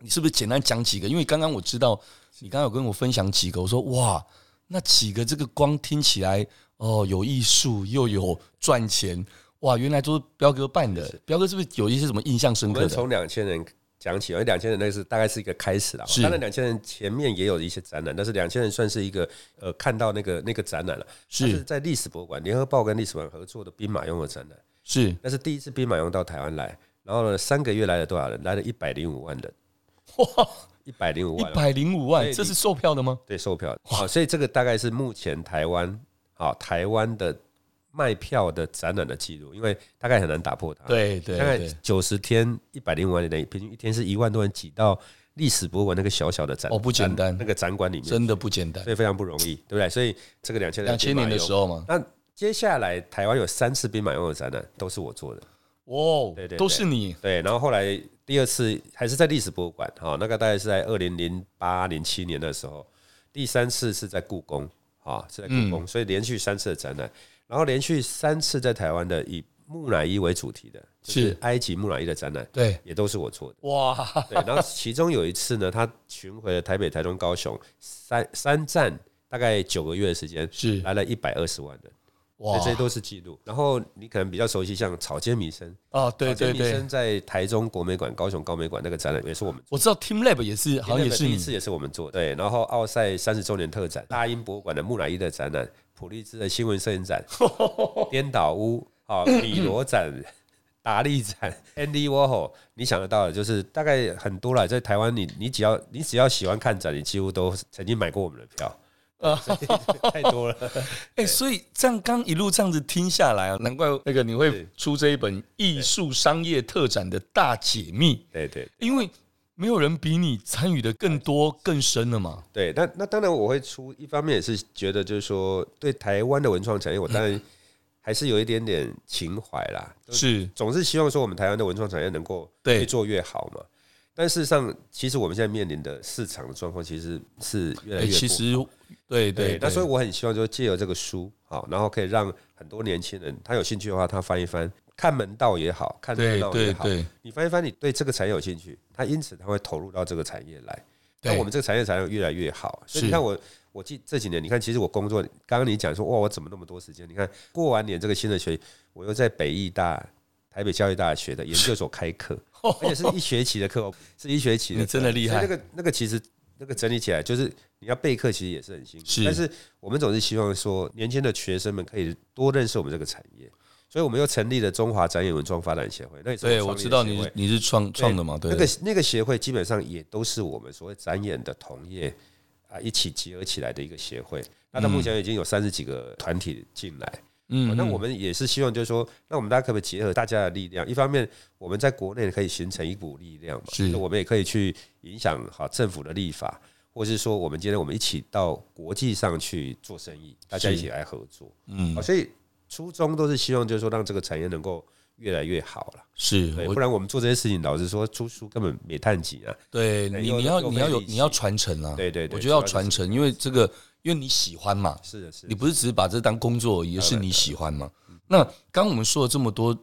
[SPEAKER 4] 你是不是简单讲几个？因为刚刚我知道你刚刚有跟我分享几个，我说哇，那几个这个光听起来哦，有艺术又有赚钱，哇，原来都是彪哥办的。彪哥是不是有一些什么印象深
[SPEAKER 3] 我
[SPEAKER 4] 刻
[SPEAKER 3] 们
[SPEAKER 4] 的？
[SPEAKER 3] 从两千人讲起，因为两千人那是大概是一个开始啦。
[SPEAKER 4] 是
[SPEAKER 3] 当然两千人前面也有一些展览，但是两千人算是一个呃看到那个那个展览了。它是
[SPEAKER 4] 是
[SPEAKER 3] 在历史博物馆，联合报跟历史博物馆合作的兵马俑的展览。
[SPEAKER 4] 是，
[SPEAKER 3] 那是第一次兵马俑到台湾来，然后呢，三个月来了多少人？来了一百零五万人，
[SPEAKER 4] 哇，
[SPEAKER 3] 一百零五
[SPEAKER 4] 一
[SPEAKER 3] 万人
[SPEAKER 4] 百零五
[SPEAKER 3] 所以
[SPEAKER 4] 万，
[SPEAKER 3] 你
[SPEAKER 4] 这是售票的吗？
[SPEAKER 3] 对售票。好，所以这个大概是目前台湾好台湾的卖票的展览的记录，因为大概很难打破它。
[SPEAKER 4] 对对
[SPEAKER 3] 啊大概
[SPEAKER 4] 对，
[SPEAKER 3] 九十天一百零五万人，平均一天是一万多人挤到历史博物馆那个小小的展
[SPEAKER 4] 哦不简单
[SPEAKER 3] 展那个展馆里面，
[SPEAKER 4] 真的不简单
[SPEAKER 3] 所。以非常不容易，对不对？所以这个两千
[SPEAKER 4] 两千年的时，候嘛，
[SPEAKER 3] 那接下来台湾有三次兵马俑的展览都是我做的，
[SPEAKER 4] 哇
[SPEAKER 3] 对对，对
[SPEAKER 4] 都是你，
[SPEAKER 3] 对，然后后来第二次还是在历史博物馆，好、那个大概是在二零零八零七年的时候，第三次是在故宫，啊、是在故
[SPEAKER 4] 嗯
[SPEAKER 3] 宫，所以连续三次的展览，然后连续三次在台湾的以木乃伊为主题的，就是
[SPEAKER 4] 是
[SPEAKER 3] 埃及木乃伊的展览，
[SPEAKER 4] 对，
[SPEAKER 3] 也都是我做的。
[SPEAKER 4] 哇，
[SPEAKER 3] 对，然后其中有一次呢，他巡回了台北、台中、高雄三三站，大概九个月的时间，
[SPEAKER 4] 是
[SPEAKER 3] 来了一百二十万人，所
[SPEAKER 4] 哇
[SPEAKER 3] 以，这些都是记录。然后你可能比较熟悉，像草间弥生，
[SPEAKER 4] 啊，对
[SPEAKER 3] 草
[SPEAKER 4] 对
[SPEAKER 3] 间弥
[SPEAKER 4] 对
[SPEAKER 3] 生，在台中国美馆、高雄高美馆那个展览也是我们做的。
[SPEAKER 4] 我知道 Team Lab 也是，好像也是
[SPEAKER 3] 第一
[SPEAKER 4] 你，
[SPEAKER 3] 次也是我们做的对，然后奥赛三十周年特展、大英博物馆的木乃伊的展览、普利兹的新闻摄影
[SPEAKER 4] [laughs]
[SPEAKER 3] 展、颠倒屋、好米罗展、达利展、Andy Warhol，你想得到的，就是大概很多了。在台湾你，你只要你只要喜欢看展，你几乎都曾经买过我们的
[SPEAKER 4] [laughs]
[SPEAKER 3] 票，所以太多了。
[SPEAKER 4] 哎、所以这样刚一路这样子听下来啊，难怪那个你会出这一本《艺术商业特展的大解密
[SPEAKER 3] 对对》，
[SPEAKER 4] 因为没有人比你参与的更多更深了嘛。
[SPEAKER 3] 对，那那当然我会出，一方面也是觉得就是说对台湾的文创产业，我当然还是有一点点情怀啦，
[SPEAKER 4] 是
[SPEAKER 3] 总是希望说我们台湾的文创产业能够
[SPEAKER 4] 对
[SPEAKER 3] 越做越好嘛。但事实上，其实我们现在面临的市场的状况其实是越
[SPEAKER 4] 哎、
[SPEAKER 3] 来越不好、
[SPEAKER 4] 其实对对
[SPEAKER 3] 对，那
[SPEAKER 4] 对，
[SPEAKER 3] 所以我很希望说借由这个书，好，然后可以让很多年轻人他有兴趣的话，他翻一翻，看门道也好看热
[SPEAKER 4] 对
[SPEAKER 3] 闹也
[SPEAKER 4] 对
[SPEAKER 3] 好，
[SPEAKER 4] 对
[SPEAKER 3] 你翻一翻，你对这个产业有兴趣，他因此他会投入到这个产业来。那
[SPEAKER 4] 对，
[SPEAKER 3] 我们这个产业才能越来越好。所以
[SPEAKER 4] 是
[SPEAKER 3] 你看我，我记这几年，你看，其实我工作，刚刚你讲说，哇，我怎么那么多时间？你看过完年这个新的学期，我又在北艺大、台北教育大学的研究所开
[SPEAKER 4] [laughs]
[SPEAKER 3] 课，而且是一学期的课，哦，是一学期的课。
[SPEAKER 4] 你真的厉害
[SPEAKER 3] 所以那个那个其实那个整理起来，就是你要备课，其实也是很辛苦。
[SPEAKER 4] 是
[SPEAKER 3] 但是我们总是希望说，年轻的学生们可以多认识我们这个产业。所以我们又成立了中华展演文创发展协会，那也是
[SPEAKER 4] 对
[SPEAKER 3] 创
[SPEAKER 4] 我
[SPEAKER 3] 立的
[SPEAKER 4] 知道
[SPEAKER 3] 协
[SPEAKER 4] 你
[SPEAKER 3] 会
[SPEAKER 4] 是你是创创的嘛，对
[SPEAKER 3] 那个那个协会基本上也都是我们所谓展演的同业啊一起集合起来的一个协会。那到目前已经有三十几个团体进来，哦
[SPEAKER 4] 嗯，
[SPEAKER 3] 那我们也是希望就是说，那我们大家可不可以结合大家的力量？一方面，我们在国内可以形成一股力量嘛，
[SPEAKER 4] 是
[SPEAKER 3] 就我们也可以去影响好政府的立法，或是说我们今天我们一起到国际上去做
[SPEAKER 4] 嗯
[SPEAKER 3] 哦啊生意，大家一起来合作，嗯，所以初衷都是希望就是说让这个产业能够越来越好了。
[SPEAKER 4] 是
[SPEAKER 3] 对，
[SPEAKER 4] 我
[SPEAKER 3] 不然我们做这些事情，老实说，出书根本没探及啊。
[SPEAKER 4] 对
[SPEAKER 3] 对
[SPEAKER 4] 你
[SPEAKER 3] 又
[SPEAKER 4] 你要
[SPEAKER 3] 又
[SPEAKER 4] 你
[SPEAKER 3] 费
[SPEAKER 4] 要有
[SPEAKER 3] 力
[SPEAKER 4] 你要
[SPEAKER 3] 气
[SPEAKER 4] 传承啊，
[SPEAKER 3] 对对对
[SPEAKER 4] 我觉得要
[SPEAKER 3] 主要是
[SPEAKER 4] 传承，因为这个因为你喜欢嘛，
[SPEAKER 3] 是的，是
[SPEAKER 4] 你
[SPEAKER 3] 的，
[SPEAKER 4] 不是只是把这当工作而已，而是你喜欢嘛。那刚刚我们说了这么多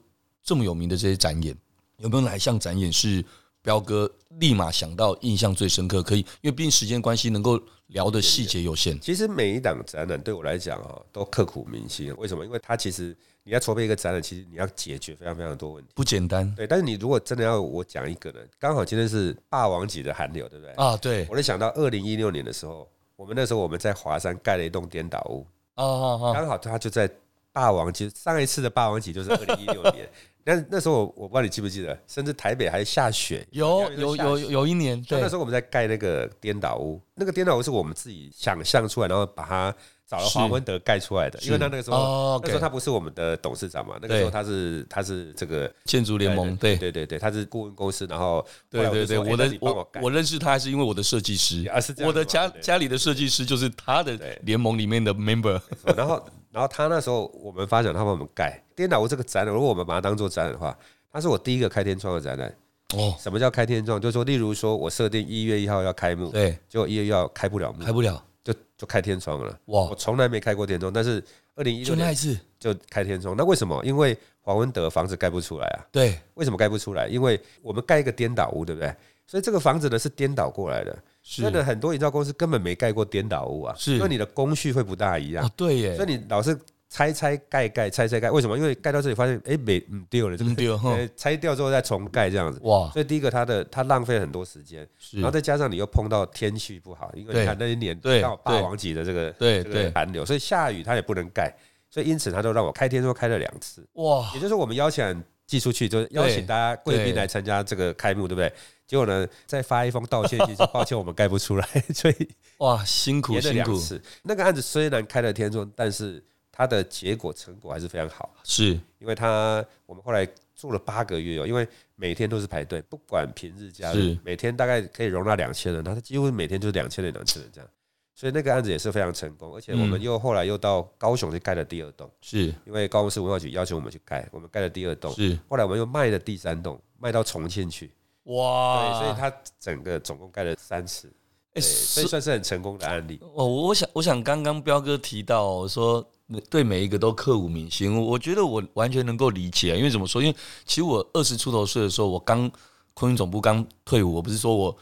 [SPEAKER 4] 这么有名的这些展演，有没有哪一项展演是彪哥立马想到印象最深刻？可以，因为毕竟时间关系，能够聊的细节有限。
[SPEAKER 3] 其实每一档展览对我来讲哦，都刻骨铭心。为什么？因为它其实你要筹备一个展览，其实你要解决非常非常多问题。
[SPEAKER 4] 不简单
[SPEAKER 3] 对，但是你如果真的要我讲一个呢，刚好今天是霸王级的寒流，对不哦对？
[SPEAKER 4] 啊！对
[SPEAKER 3] 我就想到二零一六年的时候，我们那时候我们在华山盖了一栋颠倒屋，
[SPEAKER 4] 啊啊啊！
[SPEAKER 3] 刚好它就在霸王级，上一次的霸王级就是二零一六 [laughs] 年。但那时候我我不知道你记不记得，甚至台北还下雪，
[SPEAKER 4] 有有有有一年，
[SPEAKER 3] 那
[SPEAKER 4] 对
[SPEAKER 3] 那时候我们在盖那个颠倒屋，那个颠倒屋是我们自己想象出来，然后把它找了华文德盖出来的。因为他那个时候，
[SPEAKER 4] 哦，OK
[SPEAKER 3] 那时候他不是我们的董事长嘛，那个时候
[SPEAKER 4] 对
[SPEAKER 3] 他是他是这个呃
[SPEAKER 4] 建筑联盟，对
[SPEAKER 3] 对对对，他是顾问公司，然后
[SPEAKER 4] 对对对，
[SPEAKER 3] 后来
[SPEAKER 4] 我
[SPEAKER 3] 就说哎那
[SPEAKER 4] 的
[SPEAKER 3] 你帮我
[SPEAKER 4] 我
[SPEAKER 3] 盖
[SPEAKER 4] 我认识他是因为我的设计师
[SPEAKER 3] 啊是这样子吗
[SPEAKER 4] 我的家
[SPEAKER 3] 对
[SPEAKER 4] 家里的设计师就是他的
[SPEAKER 3] 对
[SPEAKER 4] 联盟里面的 member，
[SPEAKER 3] 然后，然后他那时候我们发展，他帮我们盖颠倒屋这个展览，如果我们把它当做展览的话，它是我第一个开天窗的展览。
[SPEAKER 4] 哦，
[SPEAKER 3] 什么叫开天窗？就是说，例如说我设定一月一号要开幕，
[SPEAKER 4] 对，
[SPEAKER 3] 结果一月一号开不了幕
[SPEAKER 4] 开，不了，
[SPEAKER 3] 就就开天窗了。我
[SPEAKER 4] 哇，
[SPEAKER 3] 从来没开过天窗，但是二零一
[SPEAKER 4] 哦就
[SPEAKER 3] 六
[SPEAKER 4] 那一
[SPEAKER 3] 年
[SPEAKER 4] 次，
[SPEAKER 3] 就开天窗。那为什么？因为黄文德房子盖不出来啊。
[SPEAKER 4] 对，
[SPEAKER 3] 为什么盖不出来？因为我们盖一个颠倒屋，对不对？所以这个房子呢是颠倒过来的。
[SPEAKER 4] 是
[SPEAKER 3] 那呢，很多营造公司根本没盖过颠倒屋啊，
[SPEAKER 4] 是
[SPEAKER 3] 所以你的工序会不大一样
[SPEAKER 4] 哦。，对耶，
[SPEAKER 3] 所以你老是拆拆盖盖拆拆盖，为什么？因为盖到这里发现，哎、没嗯丢了，这 [laughs]
[SPEAKER 4] 真
[SPEAKER 3] 个
[SPEAKER 4] 丢哈，
[SPEAKER 3] 呃拆掉之后再重盖这样子。
[SPEAKER 4] 哦哇，
[SPEAKER 3] 所以第一个，它的它浪费很多时间，
[SPEAKER 4] 是
[SPEAKER 3] 然后再加上你又碰到天气不好，因为
[SPEAKER 4] 对
[SPEAKER 3] 你看那一年
[SPEAKER 4] 对
[SPEAKER 3] 刚好霸王级的这个
[SPEAKER 4] 对
[SPEAKER 3] 这
[SPEAKER 4] 对
[SPEAKER 3] 个寒流，所以下雨它也不能盖，所以因此它都让我开天窗开了两次。
[SPEAKER 4] 哇
[SPEAKER 3] 也，就是我们邀请人寄出去，就是邀请大家贵宾来参加这个开幕，对不对？结果呢，再发一封道歉信，说 [laughs] 抱歉我们盖不出来，所以
[SPEAKER 4] 哇，辛苦
[SPEAKER 3] 延了
[SPEAKER 4] 辛
[SPEAKER 3] 两
[SPEAKER 4] 苦，
[SPEAKER 3] 次。那个案子虽然开了天窗，但是它的结果成果还是非常好，
[SPEAKER 4] 是
[SPEAKER 3] 因为它我们后来做了八个月哦，因为每天都是排队，不管平日假日
[SPEAKER 4] 是，
[SPEAKER 3] 每天大概可以容纳两千人，它几乎每天就是两千人、两千人这样。所以那个案子也是非常成功，而且我们
[SPEAKER 4] 嗯
[SPEAKER 3] 又后来又到高雄去盖了第二栋，
[SPEAKER 4] 是
[SPEAKER 3] 因为高雄市文化局邀请我们去盖，我们盖了第二栋，
[SPEAKER 4] 是，
[SPEAKER 3] 后来我们又卖了第三栋，卖到重庆去，对，
[SPEAKER 4] 哇，
[SPEAKER 3] 所以它整个总共盖了三次，
[SPEAKER 4] 哎
[SPEAKER 3] 对，所以算是很成功的案例。
[SPEAKER 4] 我哦我想我想刚刚彪哥提到说对每一个都刻骨铭心，我我觉得我完全能够理解，啊因为怎么说？因为其实我二十出头岁的时候，我刚空运总部刚退伍，我不是说我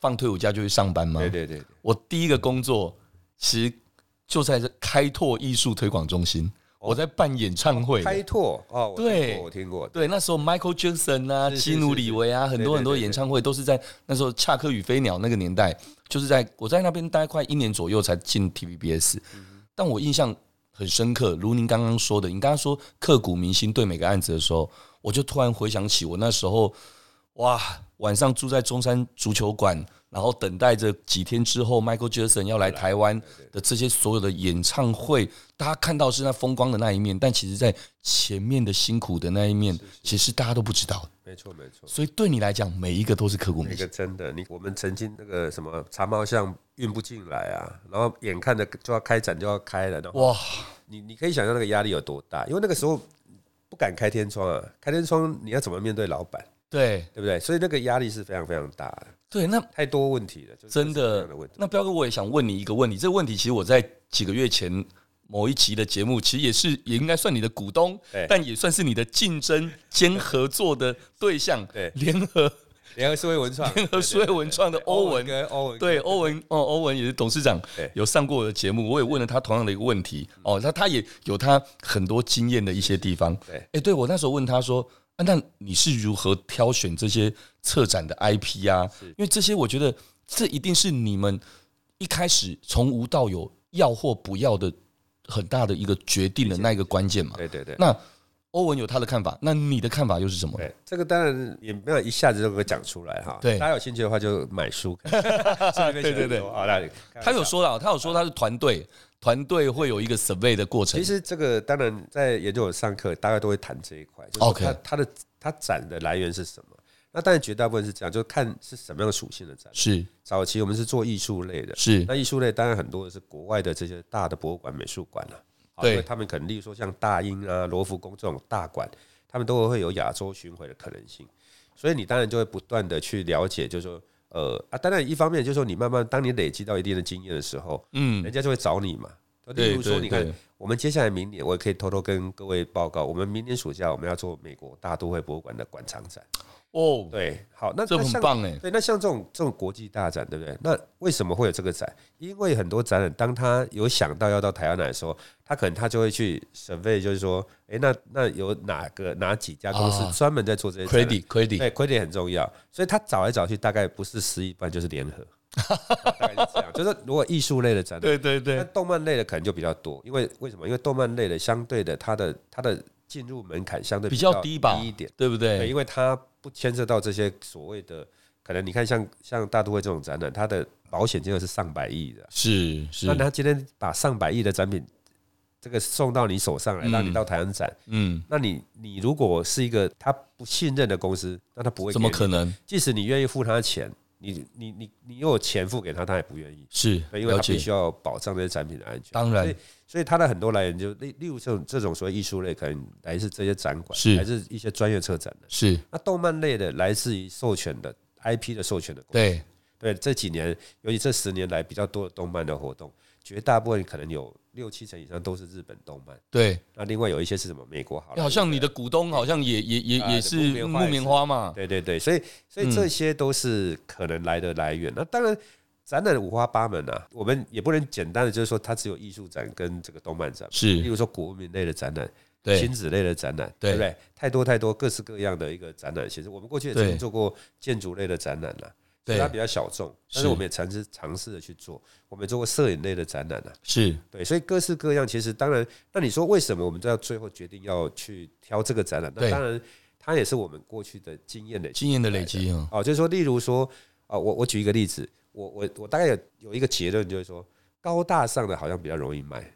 [SPEAKER 4] 放退伍假就去上班吗？
[SPEAKER 3] 对对对对，
[SPEAKER 4] 我第一个工作其实就在这开拓艺术推广中心，
[SPEAKER 3] 哦
[SPEAKER 4] 我在办演唱会的。
[SPEAKER 3] 开拓哦，我听过
[SPEAKER 4] 对
[SPEAKER 3] 我听过，
[SPEAKER 4] 对，那时候 Michael Jackson 啊、
[SPEAKER 3] 是是
[SPEAKER 4] 基努里维啊，很
[SPEAKER 3] 对
[SPEAKER 4] 多
[SPEAKER 3] 对
[SPEAKER 4] 很多
[SPEAKER 3] 对
[SPEAKER 4] 演
[SPEAKER 3] 对
[SPEAKER 4] 唱会都是在那时候《恰克与飞鸟》那个年代，就是在我在那边待快一年左右才进 TVBS，但
[SPEAKER 3] 嗯
[SPEAKER 4] 我印象很深刻。如您刚刚说的，你刚刚说刻骨铭心对每个案子的时候，我就突然回想起我那时候，哇，晚上住在中山足球馆，然后等待着几天之后 Michael Jackson 要来台湾的这些所有的演唱会，大家看到是那风光的那一面，但其实在前面的辛苦的那一面，其实大家都不知道。
[SPEAKER 3] 没错没错，
[SPEAKER 4] 所以对你来讲，每一个嗯都是刻骨铭
[SPEAKER 3] 那
[SPEAKER 4] 心
[SPEAKER 3] 个。真的，你我们曾经那个什么茶猫巷运不进来啊，然后眼看着就要开展就要开了，然后
[SPEAKER 4] 哇，
[SPEAKER 3] 你你可以想象那个压力有多大，因为那个时候不敢开天窗啊，开天窗你要怎么面对老板，
[SPEAKER 4] 对
[SPEAKER 3] 对不对？所以那个压力是非常非常大的，
[SPEAKER 4] 对，那
[SPEAKER 3] 太多问题了，就是
[SPEAKER 4] 真
[SPEAKER 3] 各式各
[SPEAKER 4] 的
[SPEAKER 3] 样的问题。
[SPEAKER 4] 那彪哥，我也想问你一个问题。这个问题其实我在几个月前某一集的节目，其实也是也应该算你的股东
[SPEAKER 3] 对，
[SPEAKER 4] 但也算是你的竞争兼合作的对象，
[SPEAKER 3] 对
[SPEAKER 4] 联合
[SPEAKER 3] 联合社会文创，
[SPEAKER 4] [laughs] 联合苏伟文创的欧文。
[SPEAKER 3] 跟欧文
[SPEAKER 4] 对，欧文哦，欧文也是董事长
[SPEAKER 3] 对，
[SPEAKER 4] 有上过我的节目，我也问了他同样的一个问题哦，那他也有他很多经验的一些地方。
[SPEAKER 3] 对
[SPEAKER 4] 哎，对我那时候问他说、啊，那你是如何挑选这些策展的 IP 啊？因为这些我觉得这一定是你们一开始从无到有要或不要的很大的一个决定的那一个关键嘛。
[SPEAKER 3] 对对对。
[SPEAKER 4] 那欧文有他的看法，那你的看法又是什么？
[SPEAKER 3] 对，这个当然也没有一下子就给我讲出来哈。
[SPEAKER 4] 对
[SPEAKER 3] 大家有兴趣的话就买书
[SPEAKER 4] [laughs]
[SPEAKER 3] 看。对
[SPEAKER 4] 对对对
[SPEAKER 3] 好，那
[SPEAKER 4] 他有说了，他有说他是团队，团队会有一个 survey 的过程。
[SPEAKER 3] 其实这个当然在研究所上课，大概都会谈这一块，就是
[SPEAKER 4] OK
[SPEAKER 3] 它它的它展的来源是什么。那当然绝大部分是这样，就是看是什么样的属性的展。
[SPEAKER 4] 是
[SPEAKER 3] 早期我们是做艺术类的，
[SPEAKER 4] 是
[SPEAKER 3] 那艺术类当然很多的是国外的这些大的博物馆、美术馆了、啊，好
[SPEAKER 4] 对
[SPEAKER 3] 因为他们可能例如说像大英啊、罗浮宫这种大馆，他们都会有亚洲巡回的可能性。所以你当然就会不断的去了解，就是说，呃啊，当然一方面就是说，你慢慢当你累积到一定的经验的时候，
[SPEAKER 4] 嗯
[SPEAKER 3] 人，家就会找你嘛。例
[SPEAKER 4] 对
[SPEAKER 3] 如说，
[SPEAKER 4] 对
[SPEAKER 3] 你看
[SPEAKER 4] 对，
[SPEAKER 3] 我们接下来明年，我也可以偷偷跟各位报告，我们明年暑假我们要做美国大都会博物馆的馆藏展。
[SPEAKER 4] 哦，
[SPEAKER 3] 对，好，那
[SPEAKER 4] 这
[SPEAKER 3] 那
[SPEAKER 4] 很
[SPEAKER 3] 像
[SPEAKER 4] 棒哎，
[SPEAKER 3] 对，那像这种这种国际大展，对不对？那为什么会有这个展？因为很多展览，当他有想到要到台湾来的时候，他可能他就会去 survey，就是说，诶，那那有哪个哪几家公司
[SPEAKER 4] 啊
[SPEAKER 3] 专门在做这些展览
[SPEAKER 4] credit credit，
[SPEAKER 3] 对，亏点很重要，所以他找来找去，大概不是十亿，不然就是联合，大概是这样。就是如果艺术类的展览，
[SPEAKER 4] 对对
[SPEAKER 3] 那
[SPEAKER 4] 对，
[SPEAKER 3] 动漫类的可能就比较多，因为为什么？因为动漫类的相对的，它的它的进入门槛相对
[SPEAKER 4] 比
[SPEAKER 3] 较
[SPEAKER 4] 较低吧，
[SPEAKER 3] 一点，
[SPEAKER 4] 对不
[SPEAKER 3] 对，
[SPEAKER 4] 对？
[SPEAKER 3] 因为它不牵涉到这些所谓的，可能你看像像大都会这种展览，它的保险金额是上百亿的，
[SPEAKER 4] 是是
[SPEAKER 3] 那，他今天把上百亿的展品。这个送到你手上来，让你
[SPEAKER 4] 嗯
[SPEAKER 3] 到台湾展。
[SPEAKER 4] 嗯，
[SPEAKER 3] 那你你如果是一个他不信任的公司，那他不会
[SPEAKER 4] 怎么
[SPEAKER 3] 给你
[SPEAKER 4] 可能？
[SPEAKER 3] 即使你愿意付他钱，你你你你有钱付给他，他也不愿意，
[SPEAKER 4] 是
[SPEAKER 3] 对因为
[SPEAKER 4] 了
[SPEAKER 3] 他必
[SPEAKER 4] 解，
[SPEAKER 3] 须要保障这些产品的安全。
[SPEAKER 4] 当然
[SPEAKER 3] 所以所以他的很多来源就例例如这种这种所谓艺术类，可能来自这些展馆，
[SPEAKER 4] 是
[SPEAKER 3] 来自一些专业策展的。
[SPEAKER 4] 是，
[SPEAKER 3] 那动漫类的来自于授权的 IP 的授权的公司。
[SPEAKER 4] 对，
[SPEAKER 3] 对，这几年尤其这十年来比较多的动漫的活动，绝大部分可能有六七成以上都是日本动漫。
[SPEAKER 4] 对，
[SPEAKER 3] 那另外有一些是什么美国好莱坞的，
[SPEAKER 4] 哎好像你的股东好像也也也
[SPEAKER 3] 啊
[SPEAKER 4] 也
[SPEAKER 3] 对木
[SPEAKER 4] 是
[SPEAKER 3] 棉花
[SPEAKER 4] 木
[SPEAKER 3] 也
[SPEAKER 4] 棉
[SPEAKER 3] 是
[SPEAKER 4] 花嘛，
[SPEAKER 3] 对对对，所以所
[SPEAKER 4] 嗯
[SPEAKER 3] 以这些都是可能来的来源。那当然，展览五花八门啊，我们也不能简单的就是说它只有艺术展跟这个动漫展，例
[SPEAKER 4] 是，
[SPEAKER 3] 如说古文明类的展览、
[SPEAKER 4] 对
[SPEAKER 3] 亲，子类的展览，
[SPEAKER 4] 对
[SPEAKER 3] 对不对？太多太多各式各样的一个展览形式。我们过去也曾
[SPEAKER 4] 对
[SPEAKER 3] 经做过建筑类的展览啦、所
[SPEAKER 4] 对
[SPEAKER 3] 以它比较小众，但
[SPEAKER 4] 是
[SPEAKER 3] 是我们也尝试尝试的去做。我们也做过摄影类的展览啊，
[SPEAKER 4] 是，
[SPEAKER 3] 对，所以各式各样。其实当然，那你说为什么我们到最后决定要去挑这个展览？
[SPEAKER 4] 对
[SPEAKER 3] 那当然，它也是我们过去的经验累积
[SPEAKER 4] 经验的累
[SPEAKER 3] 出来
[SPEAKER 4] 积啊，
[SPEAKER 3] 哦，就是说，例如说，啊、我我举一个例子，我我我大概有有一个结论，就是说，高大上的好像比较容易卖。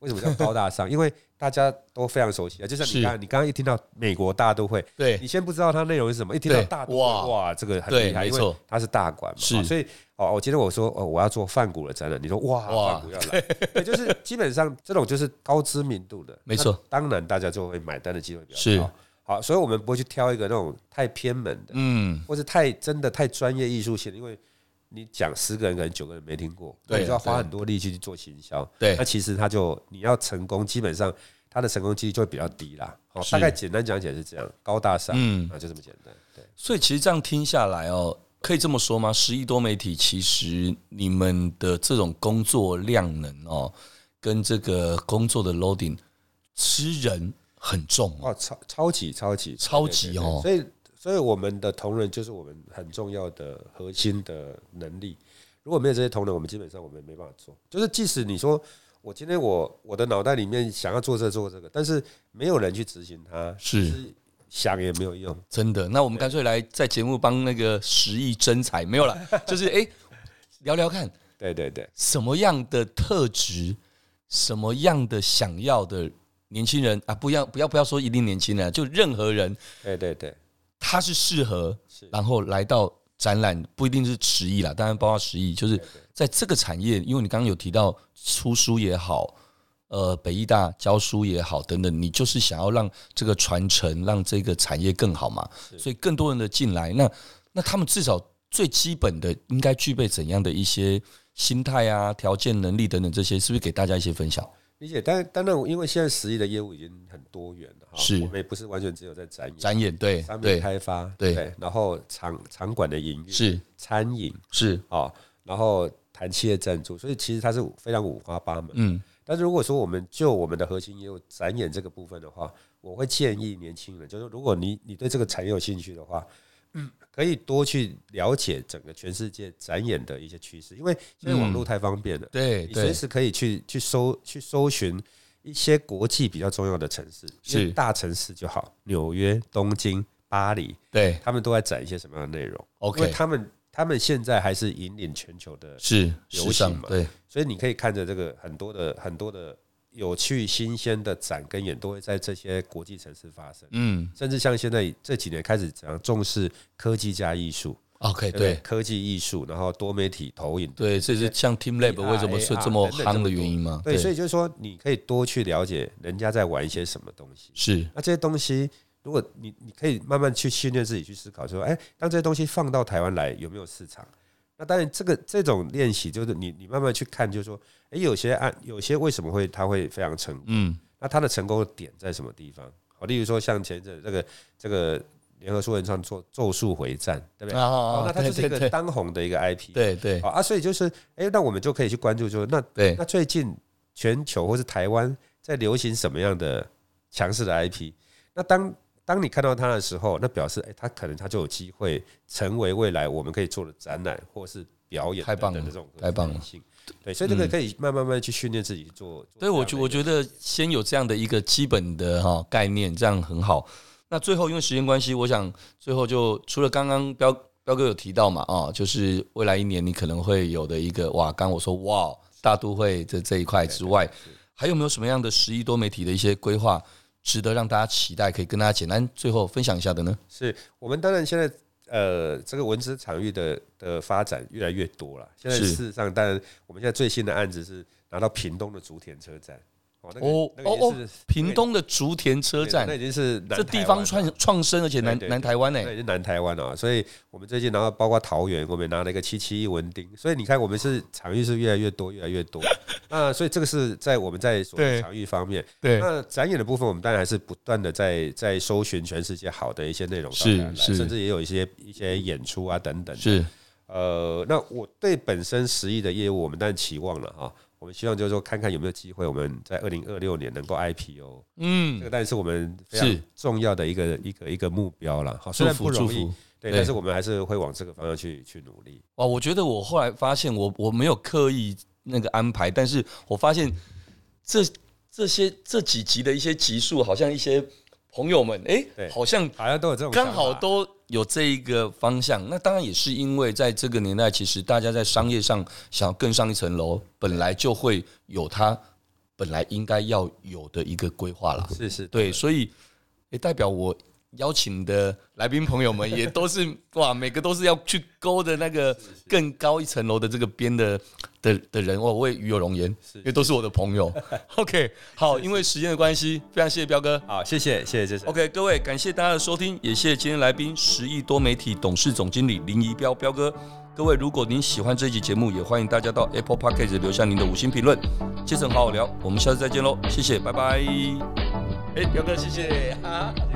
[SPEAKER 3] 为什么叫高大上？因为大家都非常熟悉啊，就像
[SPEAKER 4] 是
[SPEAKER 3] 你刚刚你刚刚一听到美国大都会，
[SPEAKER 4] 对
[SPEAKER 3] 你先不知道它内容是什么，一听到
[SPEAKER 4] 对
[SPEAKER 3] 大都会，
[SPEAKER 4] 哇
[SPEAKER 3] 哇这个很
[SPEAKER 4] 对
[SPEAKER 3] 厉害，
[SPEAKER 4] 没
[SPEAKER 3] 因为
[SPEAKER 4] 错
[SPEAKER 3] 它是大馆嘛，
[SPEAKER 4] 是
[SPEAKER 3] 哦所以哦，我今天我说哦，我要做泛古的展览，你说哇，
[SPEAKER 4] 哇
[SPEAKER 3] 泛古要来，对，就是基本上这种就是高知名度的，
[SPEAKER 4] 没错，
[SPEAKER 3] 当然大家就会买单的机会比
[SPEAKER 4] 是
[SPEAKER 3] 较高。好，所以我们不会去挑一个那种太偏门的，
[SPEAKER 4] 嗯，
[SPEAKER 3] 或是太真的太专业艺术性，因为你讲十个人可能九个人没听过，那
[SPEAKER 4] 对
[SPEAKER 3] 你就要
[SPEAKER 4] 对
[SPEAKER 3] 花很多力气去做行销。
[SPEAKER 4] 对
[SPEAKER 3] 那其实他就你要成功，基本上他的成功几率就会比较低啦。哦，
[SPEAKER 4] 是
[SPEAKER 3] 大概简单讲起来是这样，高大上，
[SPEAKER 4] 嗯
[SPEAKER 3] 啊，就这么简单。对，
[SPEAKER 4] 所以其实这样听下来哦，可以这么说吗？十亿多媒体其实你们的这种工作量能哦，跟这个工作的 loading 吃人很重哦，
[SPEAKER 3] 哦，超超级超级
[SPEAKER 4] 超级哦
[SPEAKER 3] 对对对所以所以我们的同仁就是我们很重要的核心的能力。如果没有这些同仁，我们基本上我们没办法做。就是即使你说我今天我我的脑袋里面想要做这做这个，但是没有人去执行它，
[SPEAKER 4] 是
[SPEAKER 3] 就是想也没有用。
[SPEAKER 4] 真的。那我们干脆来在节目帮那个十亿征才，没
[SPEAKER 3] [laughs]
[SPEAKER 4] 有啦，就是哎、聊聊看
[SPEAKER 3] 对对对，
[SPEAKER 4] 什么样的特质，什么样的想要的年轻人啊，不要不要不要说一定年轻人啊，就任何人
[SPEAKER 3] 对对对，
[SPEAKER 4] 他是适合
[SPEAKER 3] 是，
[SPEAKER 4] 然后来到展览，不一定是十亿啦，当然包括十亿，就是在这个产业，因为你刚刚有提到出书也好，呃，北医大教书也好，等等，你就是想要让这个传承，让这个产业更好嘛，所以更多人的进来，那那他们至少最基本的应该具备怎样的一些心态啊、条件、能力等等这些，是不是给大家一些分享？
[SPEAKER 3] 理解。但当然，因为现在十亿的业务已经很多元了哈，
[SPEAKER 4] 是
[SPEAKER 3] 我们也不是完全只有在展演、
[SPEAKER 4] 展演对
[SPEAKER 3] 商品
[SPEAKER 4] 对
[SPEAKER 3] 开发，
[SPEAKER 4] 对
[SPEAKER 3] 然后场场馆的营运、
[SPEAKER 4] 是
[SPEAKER 3] 餐饮
[SPEAKER 4] 是
[SPEAKER 3] 哦，然后谈企业赞助，所以其实它是非常五花八门。
[SPEAKER 4] 嗯
[SPEAKER 3] 但是如果说我们就我们的核心业务展演这个部分的话，我会建议年轻人，就是如果你你对这个产业有兴趣的话，嗯可以多去了解整个全世界展演的一些趋势，因为现在网络太方便了，
[SPEAKER 4] 嗯对
[SPEAKER 3] 你随
[SPEAKER 4] 对
[SPEAKER 3] 时可以去去搜去搜寻一些国际比较重要的城市，
[SPEAKER 4] 是
[SPEAKER 3] 因为大城市就好，纽约、东京、巴黎，
[SPEAKER 4] 对
[SPEAKER 3] 他们都在展一些什么样的内容因为
[SPEAKER 4] ，OK
[SPEAKER 3] 他们他们现在还是引领全球的
[SPEAKER 4] 是
[SPEAKER 3] 流
[SPEAKER 4] 时尚
[SPEAKER 3] 行嘛
[SPEAKER 4] 对
[SPEAKER 3] 所以你可以看着这个很多的很多的有趣新鲜的展跟演都会在这些国际城市发生，
[SPEAKER 4] 嗯
[SPEAKER 3] 甚至像现在这几年开始怎样重视科技加艺术，
[SPEAKER 4] OK
[SPEAKER 3] 对不对
[SPEAKER 4] 哎对。嗯
[SPEAKER 3] 科技艺术，然后多媒体投影，
[SPEAKER 4] 对，这是像 Team Lab
[SPEAKER 3] VR
[SPEAKER 4] 为什么是这么
[SPEAKER 3] AR
[SPEAKER 4] 夯的原因吗？
[SPEAKER 3] 对，所以就是说你可以多去了解人家在玩一些什么东西，
[SPEAKER 4] 是
[SPEAKER 3] 那这些东西。如果你你可以慢慢去训练自己去思考，说，哎、当这些东西放到台湾来有没有市场？那当然，这个这种练习就是你你慢慢去看，就是说，哎、有些案有些为什么会它会非常成功？
[SPEAKER 4] 嗯，
[SPEAKER 3] 那它的成功的点在什么地方？好，例如说像前一阵这个这个联合书文创做《咒术回战》，对不对？
[SPEAKER 4] 啊
[SPEAKER 3] 哦，那它就是一
[SPEAKER 4] 对
[SPEAKER 3] 个当红的一个 IP。
[SPEAKER 4] 对对
[SPEAKER 3] 好啊，所以就是，哎、那我们就可以去关注说，那
[SPEAKER 4] 对
[SPEAKER 3] 那最近全球或是台湾在流行什么样的强势的 IP？那当当你看到它的时候，那表示哎、诶它可能它就有机会成为未来我们可以做的展览或是表演
[SPEAKER 4] 太棒
[SPEAKER 3] 等等
[SPEAKER 4] 了
[SPEAKER 3] 的这种
[SPEAKER 4] 太棒了
[SPEAKER 3] 可能性。对，所以这个
[SPEAKER 4] 嗯
[SPEAKER 3] 可以慢慢慢去训练自己去做。做
[SPEAKER 4] 对，我
[SPEAKER 3] 这
[SPEAKER 4] 觉
[SPEAKER 3] 样的
[SPEAKER 4] 我觉得先有这样的一个基本的哈、概念，这样很好。那最后因为时间关系，我想最后就除了刚刚彪彪哥有提到嘛，啊、就是未来一年你可能会有的一个哇，刚我说哇哦大都会这这一块之外，还有没有什么样的十亿多媒体的一些规划，值得让大家期待？可以跟大家简单最后分享一下的呢？
[SPEAKER 3] 是我们当然现在呃，这个文资场域的的发展越来越多了。现在
[SPEAKER 4] 是
[SPEAKER 3] 事实上，当然我们现在最新的案子是拿到屏东的竹田车站。哦，那个
[SPEAKER 4] 哦
[SPEAKER 3] 那个
[SPEAKER 4] 哦
[SPEAKER 3] 已经
[SPEAKER 4] 哦
[SPEAKER 3] 是，
[SPEAKER 4] 屏东的竹田车
[SPEAKER 3] 对
[SPEAKER 4] 站
[SPEAKER 3] 那，已经是南
[SPEAKER 4] 这
[SPEAKER 3] 台
[SPEAKER 4] 地
[SPEAKER 3] 湾
[SPEAKER 4] 方哎
[SPEAKER 3] 了
[SPEAKER 4] 创创生，而且南
[SPEAKER 3] 对对
[SPEAKER 4] 南台湾呢、
[SPEAKER 3] 那已经南台湾了、所以我们最近然后包括桃园，我们也拿了一个七七一文丁，所以你看我们是场域是越来越多，越来越多。那所以这个是在我们在所谓
[SPEAKER 4] 对
[SPEAKER 3] 场域方面，
[SPEAKER 4] 对
[SPEAKER 3] 那展演的部分，我们当然还是不断的在在搜寻全世界好的一些内容到台湾来，
[SPEAKER 4] 是是
[SPEAKER 3] 甚至也有一些一些演出啊等等的。
[SPEAKER 4] 是
[SPEAKER 3] 呃，那我对本身十亿的业务，我们当然期望了哈、我们希望就是说，看看有没有机会，我们在二零二六年能够 IPO，这
[SPEAKER 4] 嗯
[SPEAKER 3] 个，当然是我们非常
[SPEAKER 4] 是
[SPEAKER 3] 重要的一个一个一个目标了。好，虽
[SPEAKER 4] 祝
[SPEAKER 3] 然不
[SPEAKER 4] 福祝
[SPEAKER 3] 容易，
[SPEAKER 4] 福。
[SPEAKER 3] 对，
[SPEAKER 4] 对
[SPEAKER 3] 但是我们还是会往这个方向去去努力。
[SPEAKER 4] 哇，我觉得我后来发现我，我没有刻意那个安排，但是我发现这这些这几集的一些集数，好像一些朋友们，哎、
[SPEAKER 3] 对
[SPEAKER 4] 好像
[SPEAKER 3] 好像都有这种
[SPEAKER 4] 刚
[SPEAKER 3] 想
[SPEAKER 4] 好
[SPEAKER 3] 法
[SPEAKER 4] 都有这一个方向。那当然也是因为在这个年代，其实大家在商业上想要更上一层楼，本来就会有它本来应该要有的一个规划啦。
[SPEAKER 3] 是是，
[SPEAKER 4] 对，所以也代表我邀请的来宾朋友们也都是 [laughs] 哇，每个都是要去勾的那个更高一层楼的这个边的的的人，哇，我也与有荣焉，因为都是我的朋友。OK，好，因为时间的关系，非常谢谢彪哥。
[SPEAKER 3] 好，谢谢谢谢，这是
[SPEAKER 4] OK，各位，感谢大家的收听，也谢谢今天来宾十亿多媒体董事总经理林怡彪彪哥。各位，如果您喜欢这期节目，也欢迎大家到 Apple Podcast 留下您的五星评论。杰森好好聊，我们下次再见喽，谢谢，拜拜。哎、彪哥，谢谢。哈哈